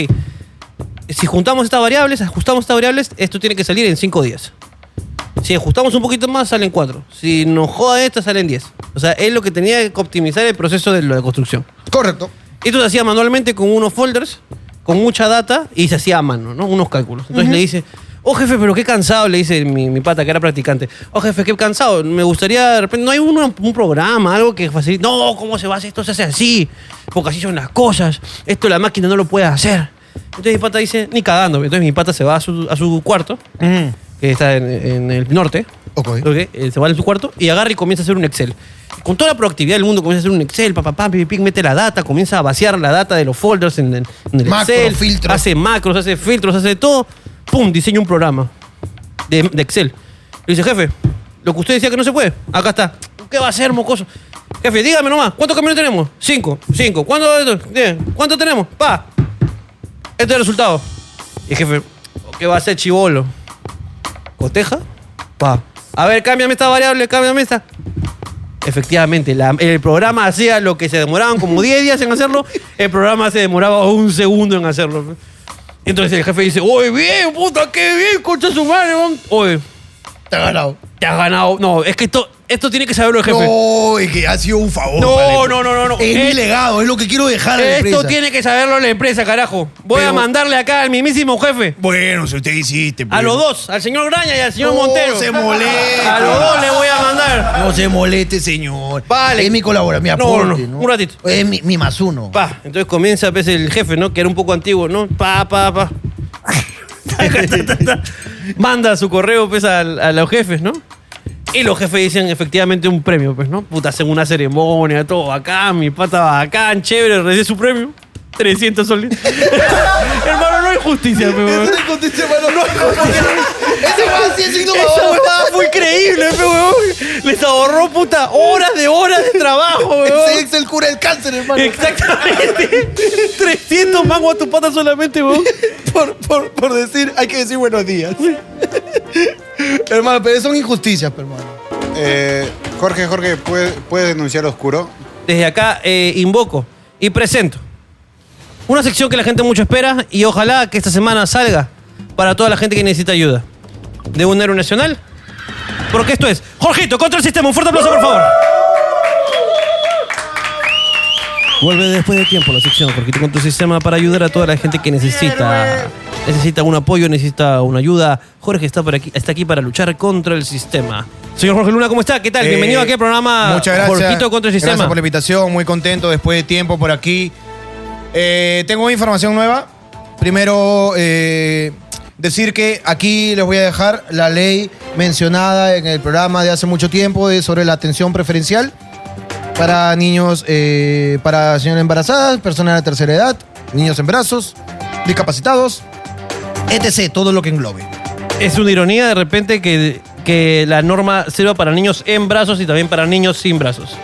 Speaker 1: si juntamos estas variables, ajustamos estas variables, esto tiene que salir en cinco días. Si ajustamos un poquito más, salen cuatro. Si nos joda esta, salen 10. O sea, es lo que tenía que optimizar el proceso de lo de construcción.
Speaker 2: Correcto.
Speaker 1: Esto se hacía manualmente con unos folders, con mucha data, y se hacía a mano, ¿no? Unos cálculos. Entonces le dice, oh jefe, pero qué cansado, le dice mi, mi pata que era practicante. Oh jefe, qué cansado, me gustaría de repente, no hay un, un programa, algo que facilite. No, ¿cómo se va a hacer? Esto se hace así, porque así son las cosas. Esto la máquina no lo puede hacer. Entonces mi pata dice, ni cagando. Entonces mi pata se va a su, a su cuarto, que está en, en el norte.
Speaker 2: Ok.
Speaker 1: Ok, eh, se va a su cuarto y agarra y comienza a hacer un Excel. Con toda la proactividad del mundo comienza a hacer un Excel, papá, papá, mete la data, comienza a vaciar la data de los folders en, en- en el
Speaker 2: Macro,
Speaker 1: Excel.
Speaker 2: filtro.
Speaker 1: Hace macros, hace filtros, hace de todo. Pum, diseña un programa de, de Excel. Le dice, jefe, lo que usted decía que no se puede, acá está. ¿Qué va a hacer, mocoso? Jefe, dígame nomás, ¿cuántos camiones tenemos? Cinco, cinco. ¿Cuántos? Diez. ¿Cuántos tenemos? Pa. Este es el resultado. Y el jefe, "Oh, ¿qué va a hacer, chivolo? ¿Coteja? Pa. A ver, cámbiame esta variable, cámbiame esta. Efectivamente, la- el programa hacía lo que se demoraban como 10 días en hacerlo, el programa se demoraba un segundo en hacerlo. Entonces el jefe dice, oye, bien, puta, qué bien, concha su madre, man". Oye,
Speaker 2: Te ha ganado.
Speaker 1: te has ganado. No, es que esto, esto tiene que saberlo el jefe.
Speaker 2: No, y que ha sido un favor.
Speaker 1: No,
Speaker 2: vale.
Speaker 1: no, no, no, no.
Speaker 2: Es mi
Speaker 1: Es-
Speaker 2: legado, es lo que quiero dejar a la
Speaker 1: esto
Speaker 2: empresa.
Speaker 1: tiene que saberlo la empresa, carajo. Voy a
Speaker 2: Pero-
Speaker 1: mandarle acá al mismísimo jefe.
Speaker 2: Bueno, si usted hiciste.
Speaker 1: A
Speaker 2: pues.
Speaker 1: los dos, al señor Graña y al señor
Speaker 2: No
Speaker 1: Montero.
Speaker 2: Oh, se molesta.
Speaker 1: A los dos le voy a mandar.
Speaker 2: No se moleste, señor.
Speaker 1: Vale.
Speaker 2: Es mi colaborador, mi
Speaker 1: No,
Speaker 2: aporte.
Speaker 1: no, no. Un ratito.
Speaker 2: Es mi, mi más uno.
Speaker 1: Pa, entonces comienza pues, el jefe, ¿no? Que era un poco antiguo, ¿no? Pa, pa, pa. Ta, ta, ta, ta. Manda su correo, pues, al- a, los jefes, ¿no? Y los jefes dicen efectivamente un premio, pues, ¿no? Puta, hacen una ceremonia, todo bacán, mi pata bacán, chévere, recibe su premio. 300 soles. Hermano, no hay justicia, pe, weón.
Speaker 2: Ese man sí es
Speaker 1: Esa
Speaker 2: innovador.
Speaker 1: huevada fue increíble, pe, weón. Les ahorró, puta, horas de horas de trabajo, weón.
Speaker 2: Ese es el cura del cáncer, hermano.
Speaker 1: Exactamente. 300 mangos a tu pata solamente, weón.
Speaker 2: Por, por, por decir, hay que decir buenos días. hermano, pero son injusticias, pe, hermano.
Speaker 9: Eh, Jorge, Jorge, ¿puedes, puedes denunciar oscuro?
Speaker 1: desde acá eh, invoco y presento una sección que la gente mucho espera y ojalá que esta semana salga para toda la gente que necesita ayuda de un héroe nacional. Porque esto es Jorgito contra el sistema. Un fuerte aplauso, por favor. Vuelve después de tiempo la sección Jorgito contra el sistema para ayudar a toda la gente que necesita necesita un apoyo, necesita una ayuda. Jorge está por aquí, está aquí para luchar contra el sistema. Señor Jorge Luna, ¿cómo está? ¿Qué tal?
Speaker 7: Eh,
Speaker 1: Bienvenido aquí al programa
Speaker 7: Muchas gracias.
Speaker 1: Jorgito contra el sistema.
Speaker 7: Gracias por la invitación, muy contento después de tiempo por aquí. Eh, tengo una información nueva.
Speaker 2: Primero, eh, decir que aquí les voy a dejar la ley mencionada en el programa de hace mucho tiempo de- sobre la atención preferencial para niños, eh, para señoras embarazadas, personas de la tercera edad, niños en brazos, discapacitados, etc. Todo lo que englobe.
Speaker 1: Es una ironía de repente que, que la norma sirva para niños en brazos y también para niños sin brazos.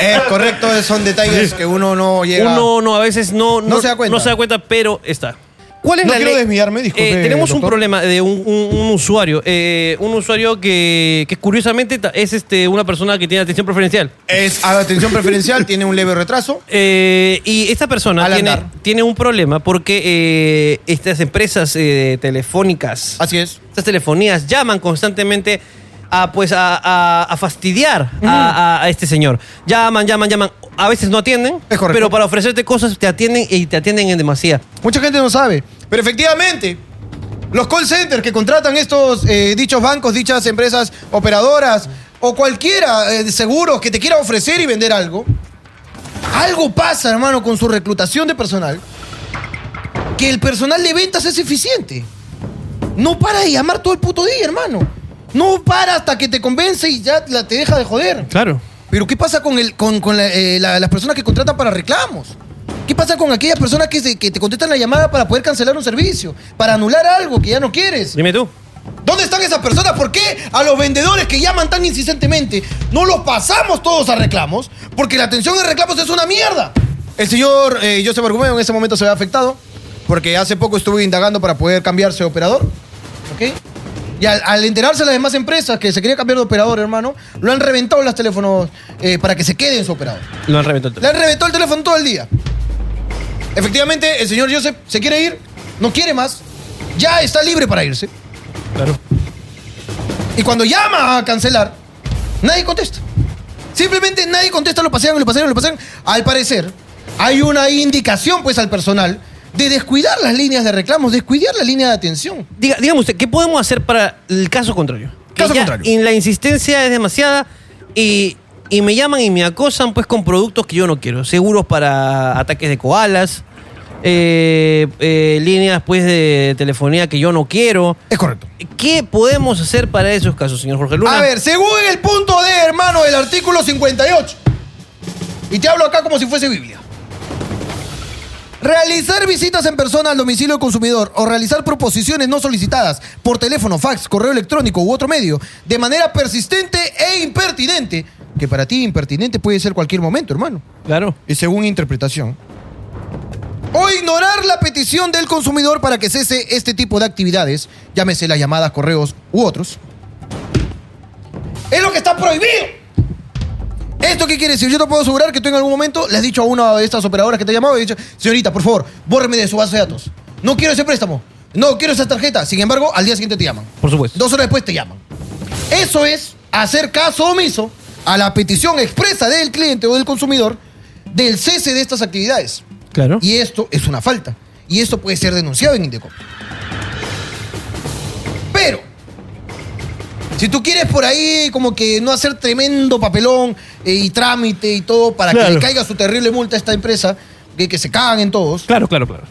Speaker 2: Es correcto, son detalles que uno no llega.
Speaker 1: Uno no, a veces no,
Speaker 2: No se da cuenta.
Speaker 1: no se da cuenta, pero está. ¿Cuál es
Speaker 2: No
Speaker 1: la
Speaker 2: quiero
Speaker 1: ley?
Speaker 2: desviarme, disculpe,
Speaker 1: Eh, tenemos un
Speaker 2: doctor.
Speaker 1: problema de un, un- un usuario. eh, un usuario que, que curiosamente ta- es este, una persona que tiene atención preferencial.
Speaker 2: Es a la atención preferencial, tiene un leve retraso.
Speaker 1: Eh, y esta persona
Speaker 2: Al
Speaker 1: tiene,
Speaker 2: andar.
Speaker 1: tiene un problema porque eh, estas empresas eh, telefónicas
Speaker 2: Así es.
Speaker 1: estas telefonías llaman constantemente a pues a, a- a fastidiar a, a- a este señor. Llaman, llaman, llaman. A veces no atienden,
Speaker 2: Es correcto.
Speaker 1: pero para ofrecerte cosas te atienden y te atienden en demasía.
Speaker 2: Mucha gente no sabe. Pero efectivamente, los call centers que contratan estos eh, dichos bancos, dichas empresas operadoras o cualquiera eh, de seguros que te quiera ofrecer y vender algo, algo pasa, hermano, con su reclutación de personal. que el personal de ventas es eficiente. No para de llamar todo el puto día, hermano. No para hasta que te convence y ya la- te deja de joder.
Speaker 1: Claro.
Speaker 2: Pero ¿qué pasa con, el, con, con la- eh, la- las personas que contratan para reclamos? ¿Qué pasa con aquellas personas que, se- que te contestan la llamada para poder cancelar un servicio? Para anular algo que ya no quieres.
Speaker 1: Dime tú.
Speaker 2: ¿Dónde están esas personas? ¿Por qué a los vendedores que llaman tan insistentemente no los pasamos todos a reclamos? Porque la atención de reclamos es una mierda.
Speaker 7: El señor eh, Joseph Argumeo en ese momento se ve afectado porque hace poco estuve indagando para poder cambiarse de operador.
Speaker 2: ¿Ok? Y al, al enterarse las demás empresas que se quería cambiar de operador, hermano, lo han reventado los teléfonos eh, para que se quede en su operador.
Speaker 1: Lo han reventado.
Speaker 2: Le han reventado el teléfono todo el día. Efectivamente, el señor Joseph se quiere ir, no quiere más, ya está libre para irse.
Speaker 1: Claro.
Speaker 2: Y cuando llama a cancelar, nadie contesta. Simplemente nadie contesta, lo pasean, lo pasean, lo pasean. Al parecer, hay una indicación pues al personal de descuidar las líneas de reclamos, descuidar la línea de atención.
Speaker 1: Diga, dígame usted, ¿qué podemos hacer para el caso contrario? Que
Speaker 2: Caso
Speaker 1: ya
Speaker 2: contrario.
Speaker 1: Y la insistencia es demasiada y, y me llaman y me acosan pues con productos que yo no quiero. Seguros para ataques de koalas, eh, eh, líneas pues de telefonía que yo no quiero.
Speaker 2: Es correcto.
Speaker 1: ¿Qué podemos hacer para esos casos, señor Jorge Luna?
Speaker 2: A ver, según el punto D, hermano, del artículo 58. Y te hablo acá como si fuese Biblia. Realizar visitas en persona al domicilio del consumidor o realizar proposiciones no solicitadas por teléfono, fax, correo electrónico u otro medio de manera persistente e impertinente, que para ti impertinente puede ser cualquier momento, hermano
Speaker 1: Claro.
Speaker 2: y según interpretación. O ignorar la petición del consumidor para que cese este tipo de actividades, llámese las llamadas, correos u otros. Es lo que está prohibido. ¿Esto qué quiere decir? Yo te puedo asegurar que tú en algún momento le has dicho a una de estas operadoras que te ha llamado y dicho, señorita, por favor, bórreme de su base de datos. No quiero ese préstamo. No quiero esa tarjeta. Sin embargo, al día siguiente te llaman.
Speaker 1: Por supuesto.
Speaker 2: Dos horas después te llaman. Eso es hacer caso omiso a la petición expresa del cliente o del consumidor del cese de estas actividades.
Speaker 1: Claro.
Speaker 2: Y esto es una falta. Y esto puede ser denunciado en Indecom. Pero, si tú quieres por ahí como que no hacer tremendo papelón eh, y trámite y todo para que
Speaker 1: Claro.
Speaker 2: le caiga su terrible multa a esta empresa, que, que se cagan en todos,
Speaker 1: Claro, claro, claro.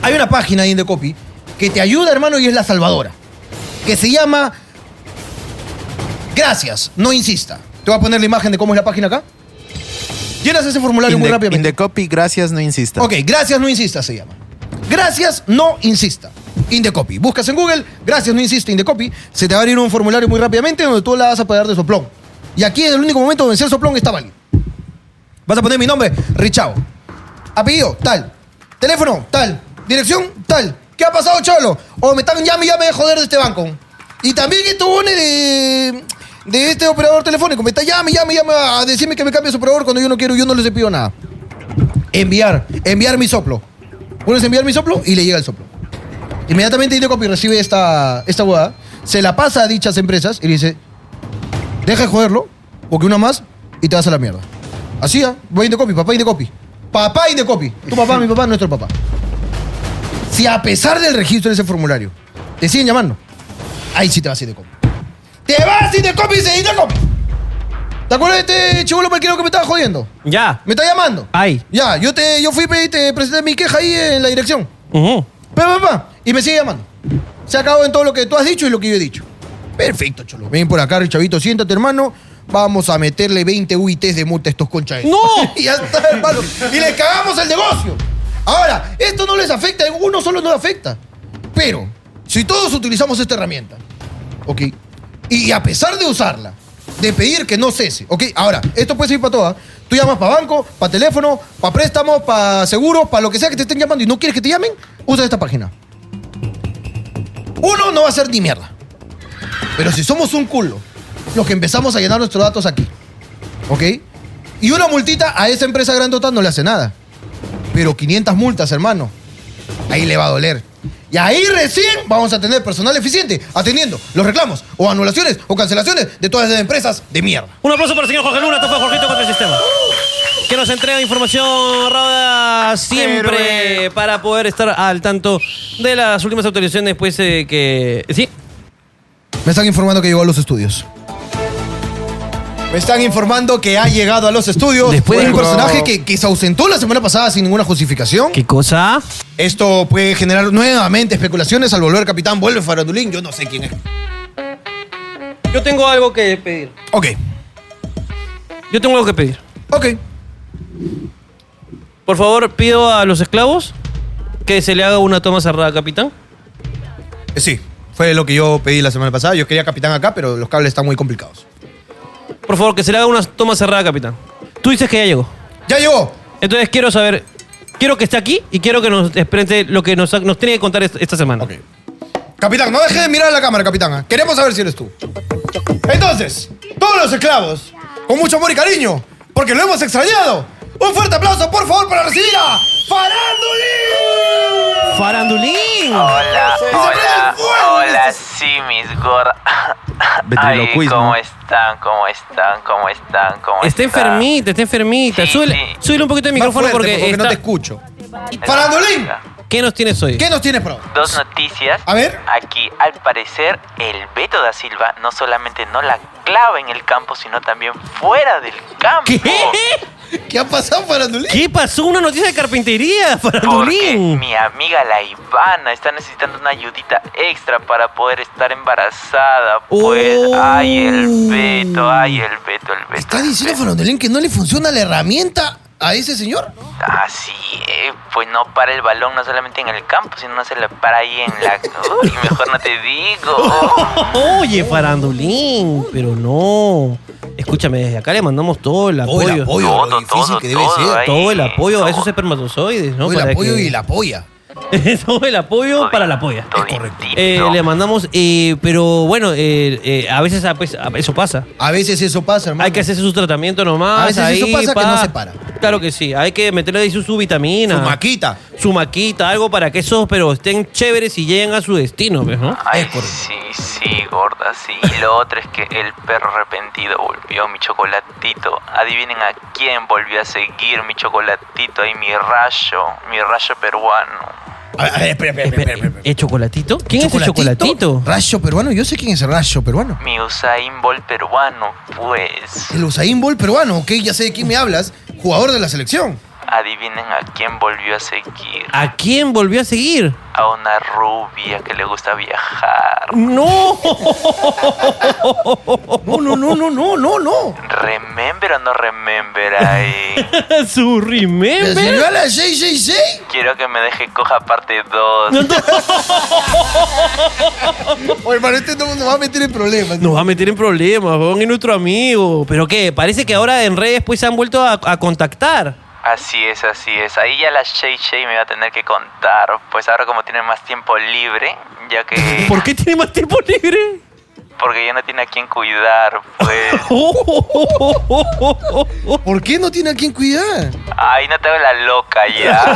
Speaker 2: hay una página de Indecopy que te ayuda, hermano, y es la salvadora. Que se llama Gracias, no insista. Te voy a poner la imagen de cómo es la página acá. Llenas ese formulario muy
Speaker 6: In
Speaker 2: rápidamente.
Speaker 6: the copy, gracias, no insista.
Speaker 2: Ok, Gracias, no insista se llama. Gracias, no insista. Indecopy. Buscas en Google, gracias, no insista, Indecopy. Se te va a abrir un formulario muy rápidamente donde tú la vas a pagar de soplón. Y aquí es el único momento donde el soplón está válido. Vas a poner mi nombre, Richao. Apellido, tal. Teléfono, tal. Dirección, tal. ¿Qué ha pasado, Cholo? O me están llame y llame de joder de este banco. Y también estos bones de, de este operador telefónico. Me está llame, llame, llame a decirme que me cambie su operador cuando yo no quiero, yo no les pido nada. Enviar, enviar mi soplo. Pones enviar mi soplo y le llega el soplo. Inmediatamente Indecopy recibe esta, esta huevada, se la pasa a dichas empresas y le dice, deja de joderlo, porque una más y te vas a la mierda. Así, ¿ah? voy Indecopy, papá Indecopy. Papá Indecopy. Tu papá, mi papá, nuestro papá. Si a pesar del registro de ese formulario te siguen llamando, ahí sí te vas a Indecopy. ¡Te vas Indecopy! ¡Dice Indecopy! ¿Te acuerdas de este chivolo parquero que me estaba jodiendo?
Speaker 1: Ya.
Speaker 2: Me está llamando.
Speaker 1: Ay.
Speaker 2: Ya, yo te, yo fui pe, y te presenté mi queja ahí en la dirección.
Speaker 1: Ujú.
Speaker 2: Pa, pa, pa, y me sigue llamando. Se acabó en todo lo que tú has dicho y lo que yo he dicho. Perfecto, cholo. Ven por acá, chavito, siéntate, hermano. Vamos a meterle 20 UITs de multa a estos conchas.
Speaker 1: ¡No!
Speaker 2: y ya está, hermano. Y les cagamos el negocio. Ahora, esto no les afecta, a uno solo no le afecta. Pero, si todos utilizamos esta herramienta, ¿ok? Y a pesar de usarla, de pedir que no cese, ¿ok? Ahora, esto puede servir para todas. Tú llamas para banco, para teléfono, para préstamos, para seguros, para lo que sea que te estén llamando y no quieres que te llamen, usa esta página. Uno no va a ser ni mierda. Pero si somos un culo, los que empezamos a llenar nuestros datos aquí, ¿ok? Y una multita a esa empresa grandota no le hace nada. Pero 500 multas, hermano. Ahí le va a doler. Y ahí recién vamos a tener personal eficiente atendiendo los reclamos o anulaciones o cancelaciones de todas esas empresas de mierda.
Speaker 1: Un aplauso para el señor Jorge Luna, topa Jorgito contra el sistema. Que nos entrega información rada siempre para poder estar al tanto de las últimas autorizaciones después que. Sí,
Speaker 2: Me están informando que llegó a los estudios. Me están informando que ha llegado a los estudios
Speaker 1: Después de-
Speaker 2: un personaje que, que se ausentó la semana pasada sin ninguna justificación.
Speaker 1: ¿Qué cosa?
Speaker 2: Esto puede generar nuevamente especulaciones. Al volver, capitán, vuelve Farandulín. Yo no sé quién es.
Speaker 1: Yo tengo algo que pedir.
Speaker 2: Ok,
Speaker 1: Yo tengo algo que pedir.
Speaker 2: ok.
Speaker 1: Por favor, pido a los esclavos que se le haga una toma cerrada, capitán.
Speaker 2: Eh, Sí, fue lo que yo pedí la semana pasada. Yo quería capitán acá, pero los cables están muy complicados.
Speaker 1: Por favor, que se le haga una toma cerrada, capitán. Tú dices que ya llegó.
Speaker 2: ¡Ya llegó!
Speaker 1: Entonces quiero saber, quiero que esté aquí y quiero que nos exprese lo que nos, nos tiene que contar est- esta semana.
Speaker 2: Ok. Capitán, no deje de mirar a la cámara, capitán. ¿ah? Queremos saber si eres tú. Entonces, todos los esclavos, con mucho amor y cariño, porque lo hemos extrañado. Un fuerte aplauso, por favor, para recibir a Farandulín.
Speaker 1: ¡Farandulín!
Speaker 2: Ah,
Speaker 10: Hola,
Speaker 2: se prende
Speaker 10: hola,
Speaker 2: el fuego,
Speaker 10: hola, sí, mis gorras. Ay,
Speaker 11: Ventriloquismo.
Speaker 10: ¿cómo están? ¿Cómo están? ¿Cómo están? ¿Cómo
Speaker 1: Está
Speaker 10: están?
Speaker 1: enfermita, está enfermita.
Speaker 10: Sí,
Speaker 1: súbele,
Speaker 10: sí.
Speaker 1: súbele un poquito el
Speaker 2: Más
Speaker 1: micrófono
Speaker 2: fuerte,
Speaker 1: porque,
Speaker 2: porque no
Speaker 1: está-
Speaker 2: te escucho. Farandulín,
Speaker 1: ¿Qué nos tienes hoy?
Speaker 2: ¿qué nos tienes para hoy?
Speaker 10: Dos noticias.
Speaker 2: A ver.
Speaker 10: Aquí, al parecer, el Beto da Silva no solamente no la clava en el campo, sino también fuera del campo.
Speaker 1: ¿Qué?
Speaker 2: ¿Qué ha pasado, Farandulín?
Speaker 1: ¿Qué pasó? Una noticia de carpintería,
Speaker 10: Porque
Speaker 1: Farandulín.
Speaker 10: mi amiga la Ivana está necesitando una ayudita extra para poder estar embarazada. Pues,
Speaker 1: Oh.
Speaker 10: ay, el Beto, ay, el Beto, el Beto.
Speaker 2: ¿Está diciendo Farandulín que no le funciona la herramienta a ese señor?
Speaker 10: Así, eh, pues no para el balón, no solamente en el campo, sino no se le para ahí en la. Uy, mejor no te digo.
Speaker 1: Oye, Farandulín, pero no. Escúchame, desde acá le mandamos todo el
Speaker 2: Todo
Speaker 1: apoyo.
Speaker 2: el apoyo,
Speaker 10: Todo,
Speaker 2: lo difícil
Speaker 10: todo,
Speaker 2: que debe
Speaker 10: todo,
Speaker 2: ser.
Speaker 10: ahí.
Speaker 1: Todo el apoyo a
Speaker 10: Todo.
Speaker 1: esos espermatozoides, ¿no?
Speaker 2: Todo el
Speaker 1: Para
Speaker 2: apoyo
Speaker 1: que-
Speaker 2: y la polla.
Speaker 1: Todo el apoyo para la polla.
Speaker 10: Toditito.
Speaker 1: Eh, le mandamos, eh, pero bueno, eh, eh, a veces ah, pues, ah, eso pasa.
Speaker 2: A veces eso pasa, hermano.
Speaker 1: Hay que hacerse su tratamiento nomás.
Speaker 2: A veces
Speaker 1: ahí,
Speaker 2: eso pasa que
Speaker 1: pa.
Speaker 2: no se para.
Speaker 1: Claro que sí. Hay que meterle ahí su, su vitamina.
Speaker 2: Su maquita.
Speaker 1: Su maquita, algo para que esos pero estén chéveres y lleguen a su destino, pues, ¿no?
Speaker 10: Ay,
Speaker 2: por-
Speaker 10: sí, sí, gorda, sí. Y lo otro es que el perro arrepentido volvió mi chocolatito. Adivinen a quién volvió a seguir mi chocolatito ahí, mi rayo, mi rayo peruano.
Speaker 2: A ver, a ver, espera, espera, espera,
Speaker 1: Espera,
Speaker 2: espera, espera.
Speaker 1: ¿El chocolatito? ¿Quién es el chocolatito?
Speaker 2: Rayo peruano, yo sé quién es el Rayo peruano.
Speaker 10: Mi Usain Bolt peruano, pues.
Speaker 2: El Usain Bolt peruano, ok, ya sé de quién me hablas. Jugador de la selección.
Speaker 10: Adivinen a quién volvió a seguir.
Speaker 1: ¿A quién volvió a seguir?
Speaker 10: A una rubia que le gusta viajar.
Speaker 1: ¡No!
Speaker 2: No, no, no, no, no, no, no.
Speaker 10: Remember o no remember ahí.
Speaker 1: ¡Su
Speaker 2: La
Speaker 1: remember!
Speaker 2: señora 666.
Speaker 10: Quiero que me deje coja parte 2.
Speaker 2: Oye, hermano, este no nos va a meter en problemas.
Speaker 1: Nos va a meter en problemas, weón, y nuestro amigo. ¿Pero qué? Parece que ahora en redes pues se han vuelto a, a contactar.
Speaker 10: Así es, así es. Ahí ya la Shay Shay me va a tener que contar. Pues ahora como tiene más tiempo libre, ya
Speaker 2: Eh.
Speaker 10: que...
Speaker 1: ¿Por qué tiene más tiempo libre?
Speaker 10: Porque ya no tiene a quien cuidar, pues...
Speaker 2: ¿Por qué no tiene a quien cuidar?
Speaker 10: Ay, no te hago la loca ya.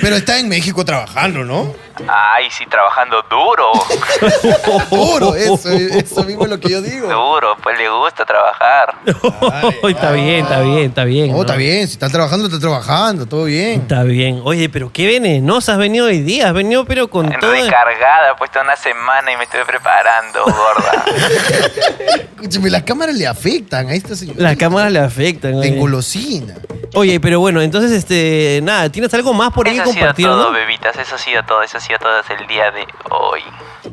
Speaker 2: Pero está en México trabajando, ¿no?
Speaker 10: Ay, sí, trabajando duro.
Speaker 2: Oro, eso, eso mismo es lo que yo digo.
Speaker 10: Duro, pues le gusta trabajar.
Speaker 1: está bien, está bien, está bien.
Speaker 2: No,
Speaker 1: ¿no?
Speaker 2: Oh, está bien, si está trabajando, está trabajando, todo bien.
Speaker 1: Está bien. Oye, pero qué venenosa has venido hoy día. Has venido pero con todo...
Speaker 10: Recargada, pues toda una semana y me estoy preparando, gorda.
Speaker 2: Escúchame, las cámaras le afectan a esta señora.
Speaker 1: Las cámaras le afectan.
Speaker 2: Le
Speaker 1: Oye.
Speaker 2: engolosina.
Speaker 1: Oye, pero bueno, entonces, este, nada, ¿tienes algo más por ahí que
Speaker 10: Eso ha sido
Speaker 1: compartir?
Speaker 10: todo,
Speaker 1: no?
Speaker 10: bebitas. Eso ha sido todo, eso ha sido todo desde el día de hoy.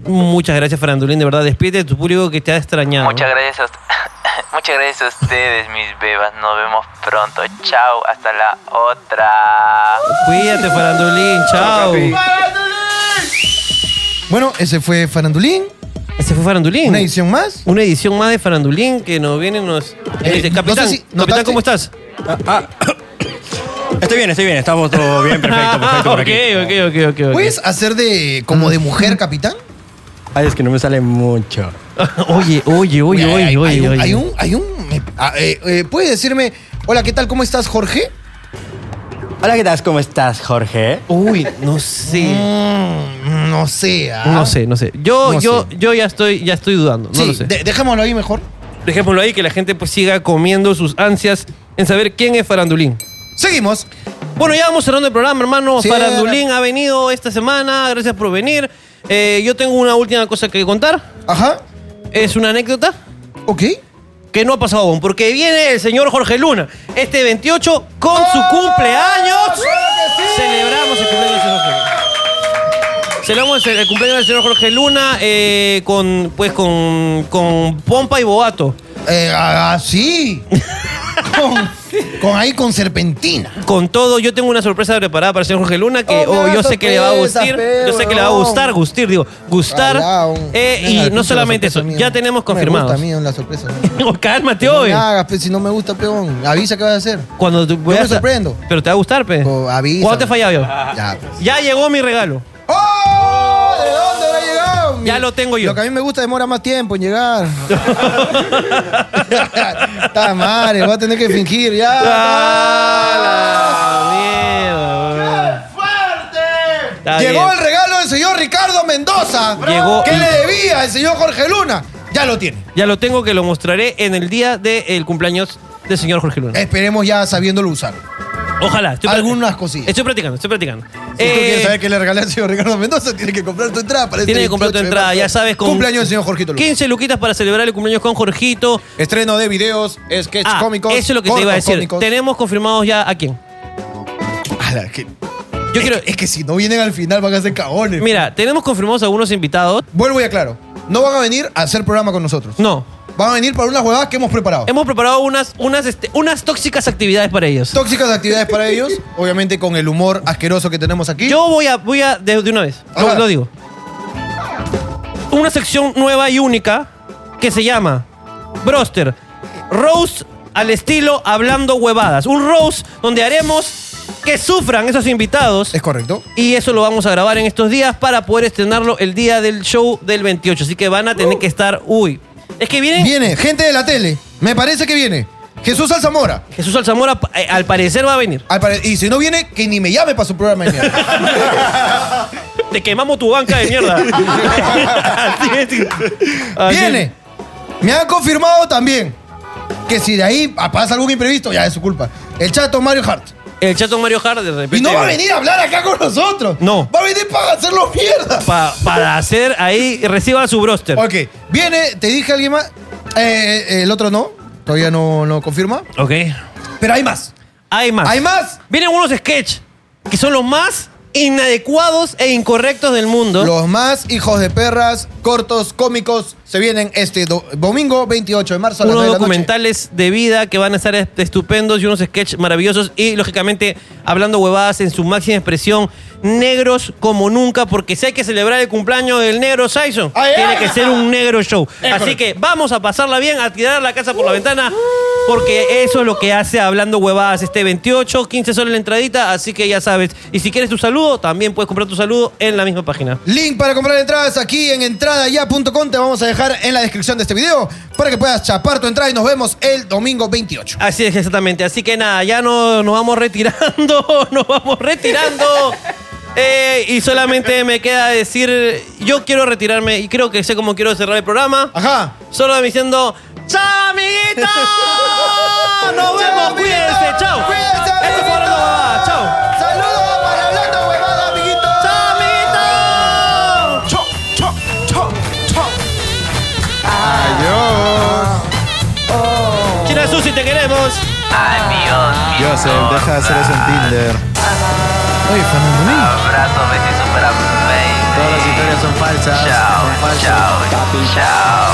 Speaker 1: Muchas gracias, Farandulín, de verdad. Despídete de tu público que te ha extrañado.
Speaker 10: Muchas gracias a ust- Muchas gracias a ustedes, mis bebas. Nos vemos pronto. Chao, hasta la otra.
Speaker 1: Cuídate, Farandulín. Chao.
Speaker 2: Bueno, ese fue Farandulín.
Speaker 1: Ese fue Farandulín.
Speaker 2: Una edición más.
Speaker 1: Una edición más de Farandulín que nos viene y nos, nos
Speaker 2: Eh,
Speaker 1: dice,
Speaker 2: no
Speaker 1: Capitán,
Speaker 2: sé si
Speaker 1: Capitán,
Speaker 2: notaste-
Speaker 1: ¿cómo estás?
Speaker 4: Ah, Estoy bien, estoy bien, estamos todo bien, perfecto, perfecto
Speaker 1: ok,
Speaker 4: por aquí.
Speaker 1: Ah, ok, ok, ok. ok.
Speaker 2: ¿Puedes hacer de como de mujer, capitán?
Speaker 4: Ay, es que no me sale mucho.
Speaker 1: oye, oye, oye,
Speaker 2: Hay-
Speaker 1: oye,
Speaker 2: hay,
Speaker 1: oye.
Speaker 2: hay un,
Speaker 1: oye.
Speaker 2: hay un, hay un- me- ah, eh, eh, ¿Puedes decirme, hola, qué tal, cómo estás, Jorge?
Speaker 4: Hola, ¿qué tal? ¿Cómo estás, Jorge?
Speaker 1: Uy, no sé.
Speaker 2: Mm, no sé. ah.
Speaker 1: No sé, no sé. Yo,
Speaker 2: No
Speaker 1: yo,
Speaker 2: sé.
Speaker 1: yo ya estoy, ya estoy dudando. No
Speaker 2: Sí,
Speaker 1: lo sé.
Speaker 2: de- dejémoslo ahí mejor.
Speaker 1: Dejémoslo ahí que la gente pues siga comiendo sus ansias en saber quién es Farandulín.
Speaker 2: Seguimos.
Speaker 1: Bueno, ya vamos cerrando el programa, hermano.
Speaker 2: Sí,
Speaker 1: Farandulín ha venido esta semana. Gracias por venir. Eh, yo tengo una última cosa que contar.
Speaker 2: Ajá.
Speaker 1: Es una anécdota.
Speaker 2: Ok. Ok.
Speaker 1: Que no ha pasado aún, porque viene el señor Jorge Luna, este 28, con
Speaker 2: ¡Oh!
Speaker 1: su cumpleaños. Celebramos el cumpleaños del señor Jorge Luna. Celebramos el, el cumpleaños del señor Jorge Luna eh, con, pues, con, con pompa y boato.
Speaker 2: así. con, Eh, ah, con ahí con serpentina.
Speaker 1: Con todo, yo tengo una sorpresa preparada para el señor Jorge Luna que
Speaker 2: Oh,
Speaker 1: oh,
Speaker 2: me
Speaker 1: yo
Speaker 2: da
Speaker 1: sé que le va a
Speaker 2: sorpresa,
Speaker 1: gustar.
Speaker 2: pe,
Speaker 1: Yo sé que le va a
Speaker 2: huevón.
Speaker 1: gustar, gustir, digo, gustar.
Speaker 2: Ojalá, un-
Speaker 1: eh,
Speaker 2: venga,
Speaker 1: y
Speaker 2: escucha
Speaker 1: no
Speaker 2: la
Speaker 1: solamente eso,
Speaker 2: sorpresa mía.
Speaker 1: ya tenemos
Speaker 2: No me gusta
Speaker 1: confirmados.
Speaker 2: a mí la sorpresa.
Speaker 1: No, Cálmate
Speaker 2: No
Speaker 1: hoy.
Speaker 2: me hagas, pe, si no me gusta, peón. Avisa qué vas a hacer.
Speaker 1: Cuando tú
Speaker 2: Yo
Speaker 1: veas
Speaker 2: me
Speaker 1: a-
Speaker 2: sorprendo.
Speaker 1: Pero te va a gustar, pe. ¿Cuándo te he fallado yo?
Speaker 2: Ya. pues.
Speaker 1: Ya llegó mi regalo.
Speaker 2: ¡Oh! ¿De dónde habrá llegado? Mi-
Speaker 1: Ya lo tengo yo.
Speaker 2: Lo que a mí me gusta demora más tiempo en llegar. Está madre, voy a tener que fingir Ah. ya.
Speaker 1: Está
Speaker 2: Llegó
Speaker 1: bien.
Speaker 2: el regalo del señor Ricardo Mendoza.
Speaker 1: Llegó
Speaker 2: que
Speaker 1: y-
Speaker 2: le debía el señor Jorge Luna. Ya lo tiene.
Speaker 1: Ya lo tengo que lo mostraré en el día del cumpleaños del señor Jorge Luna.
Speaker 2: Esperemos ya sabiéndolo usar.
Speaker 1: Ojalá. Estoy pra-
Speaker 2: Eh, Algunas cosillas.
Speaker 1: Estoy practicando, estoy practicando.
Speaker 2: Si tú
Speaker 1: Eh,
Speaker 2: quieres saber qué le regalé al señor Ricardo Mendoza, tienes que comprar tu entrada para este
Speaker 1: Tienes que comprar tu
Speaker 2: 28 de
Speaker 1: entrada,
Speaker 2: marzo.
Speaker 1: ya sabes. Con
Speaker 2: Cumpleaños del señor Jorgito Luna.
Speaker 1: 15 Eh, luquitas para celebrar el cumpleaños con Jorgito.
Speaker 2: Estreno de videos, sketch
Speaker 1: Ah,
Speaker 2: cómicos.
Speaker 1: eso es lo que te iba a
Speaker 2: cortos
Speaker 1: decir.
Speaker 2: cómicos.
Speaker 1: Tenemos confirmados ya a quién.
Speaker 2: Ala, que-
Speaker 1: Yo quiero.
Speaker 2: Es que si no vienen al final van a ser cagones.
Speaker 1: Mira, tenemos confirmados algunos invitados.
Speaker 2: Vuelvo y aclaro. No van a venir a hacer programa con nosotros.
Speaker 1: No.
Speaker 2: Van a venir para unas huevadas que hemos preparado.
Speaker 1: Hemos preparado unas, unas, este, unas tóxicas actividades para ellos.
Speaker 2: Tóxicas actividades para ellos, obviamente con el humor asqueroso que tenemos aquí.
Speaker 1: Yo voy a, voy a de, de una vez, lo,
Speaker 2: Ajá.
Speaker 1: lo digo. Una sección nueva y única que se llama Broster. Rose al estilo hablando huevadas. Un Rose donde haremos que sufran esos invitados.
Speaker 2: Es correcto.
Speaker 1: Y eso lo vamos a grabar en estos días para poder estrenarlo el día del show del 28. Así que van a
Speaker 2: Uh.
Speaker 1: tener que estar. Uy. Es que vienen.
Speaker 2: Viene gente de la tele. Me parece que viene. Jesús Alzamora.
Speaker 1: Jesús Alzamora pa- eh, al parecer va a venir.
Speaker 2: Al pare- Y si no viene, que ni me llame para su programa de mierda.
Speaker 1: Te quemamos tu banca de mierda. Así es. Así es.
Speaker 2: Viene. Me han confirmado también que si de ahí pasa algún imprevisto, ya es su culpa. El chato Mario Hart.
Speaker 1: El chato Mario Hart de repente.
Speaker 2: Y no va a venir a hablar acá con nosotros.
Speaker 1: No.
Speaker 2: Va a venir para hacerlo mierda.
Speaker 1: Pa- para hacer ahí, reciba su broster.
Speaker 2: Ok. Viene, te dije alguien más. Eh, el otro no. Todavía no, no confirma.
Speaker 1: Ok.
Speaker 2: Pero hay más.
Speaker 1: Hay más.
Speaker 2: Hay más.
Speaker 1: Vienen unos sketches que son los más inadecuados e incorrectos del mundo.
Speaker 2: Los más hijos de perras, cortos, cómicos, se vienen este do- domingo 28 de marzo a las
Speaker 1: unos
Speaker 2: 9 de la noche.
Speaker 1: documentales de vida que van a estar est- estupendos y unos sketches maravillosos y lógicamente hablando huevadas en su máxima expresión negros como nunca porque si hay que celebrar el cumpleaños del negro Sison
Speaker 7: Ay,
Speaker 1: tiene
Speaker 7: ay,
Speaker 1: que
Speaker 7: ay.
Speaker 1: ser un negro show así
Speaker 7: correcto.
Speaker 1: que vamos a pasarla bien a tirar la casa por la ventana porque eso es lo que hace hablando huevadas este 28 15 soles la entradita así que ya sabes y si quieres tu saludo también puedes comprar tu saludo en la misma página
Speaker 2: Link para comprar entradas aquí en entradaya.com te vamos a dejar en la descripción de este video para que puedas chapar tu entrada y nos vemos el domingo 28.
Speaker 1: Así es, exactamente. Así que nada, ya no, nos vamos retirando, nos vamos retirando. Eh, y solamente me queda decir, yo quiero retirarme y creo que sé cómo quiero cerrar el programa.
Speaker 2: Ajá.
Speaker 1: Solo diciendo, ¡Chao, amiguitos! ¡Nos vemos! ¡Cuídense! ¡Chao!
Speaker 2: Cuídense,
Speaker 1: Esto fue Hablando Babá. ¡Chao!
Speaker 2: Saludos para Hablando Huevada, amiguitos.
Speaker 1: ¡Chao, amiguitos!
Speaker 4: Chop, chop, chop, chop.
Speaker 1: China Susi, te queremos.
Speaker 10: Adiós, mi
Speaker 6: Joseph, deja de hacer eso en Tinder.
Speaker 2: Oye, Fernando Mí.
Speaker 10: Abrazos, besitos para baby.
Speaker 6: Todas las historias son falsas.
Speaker 10: Chao,
Speaker 6: son falsas.
Speaker 10: chao, chao.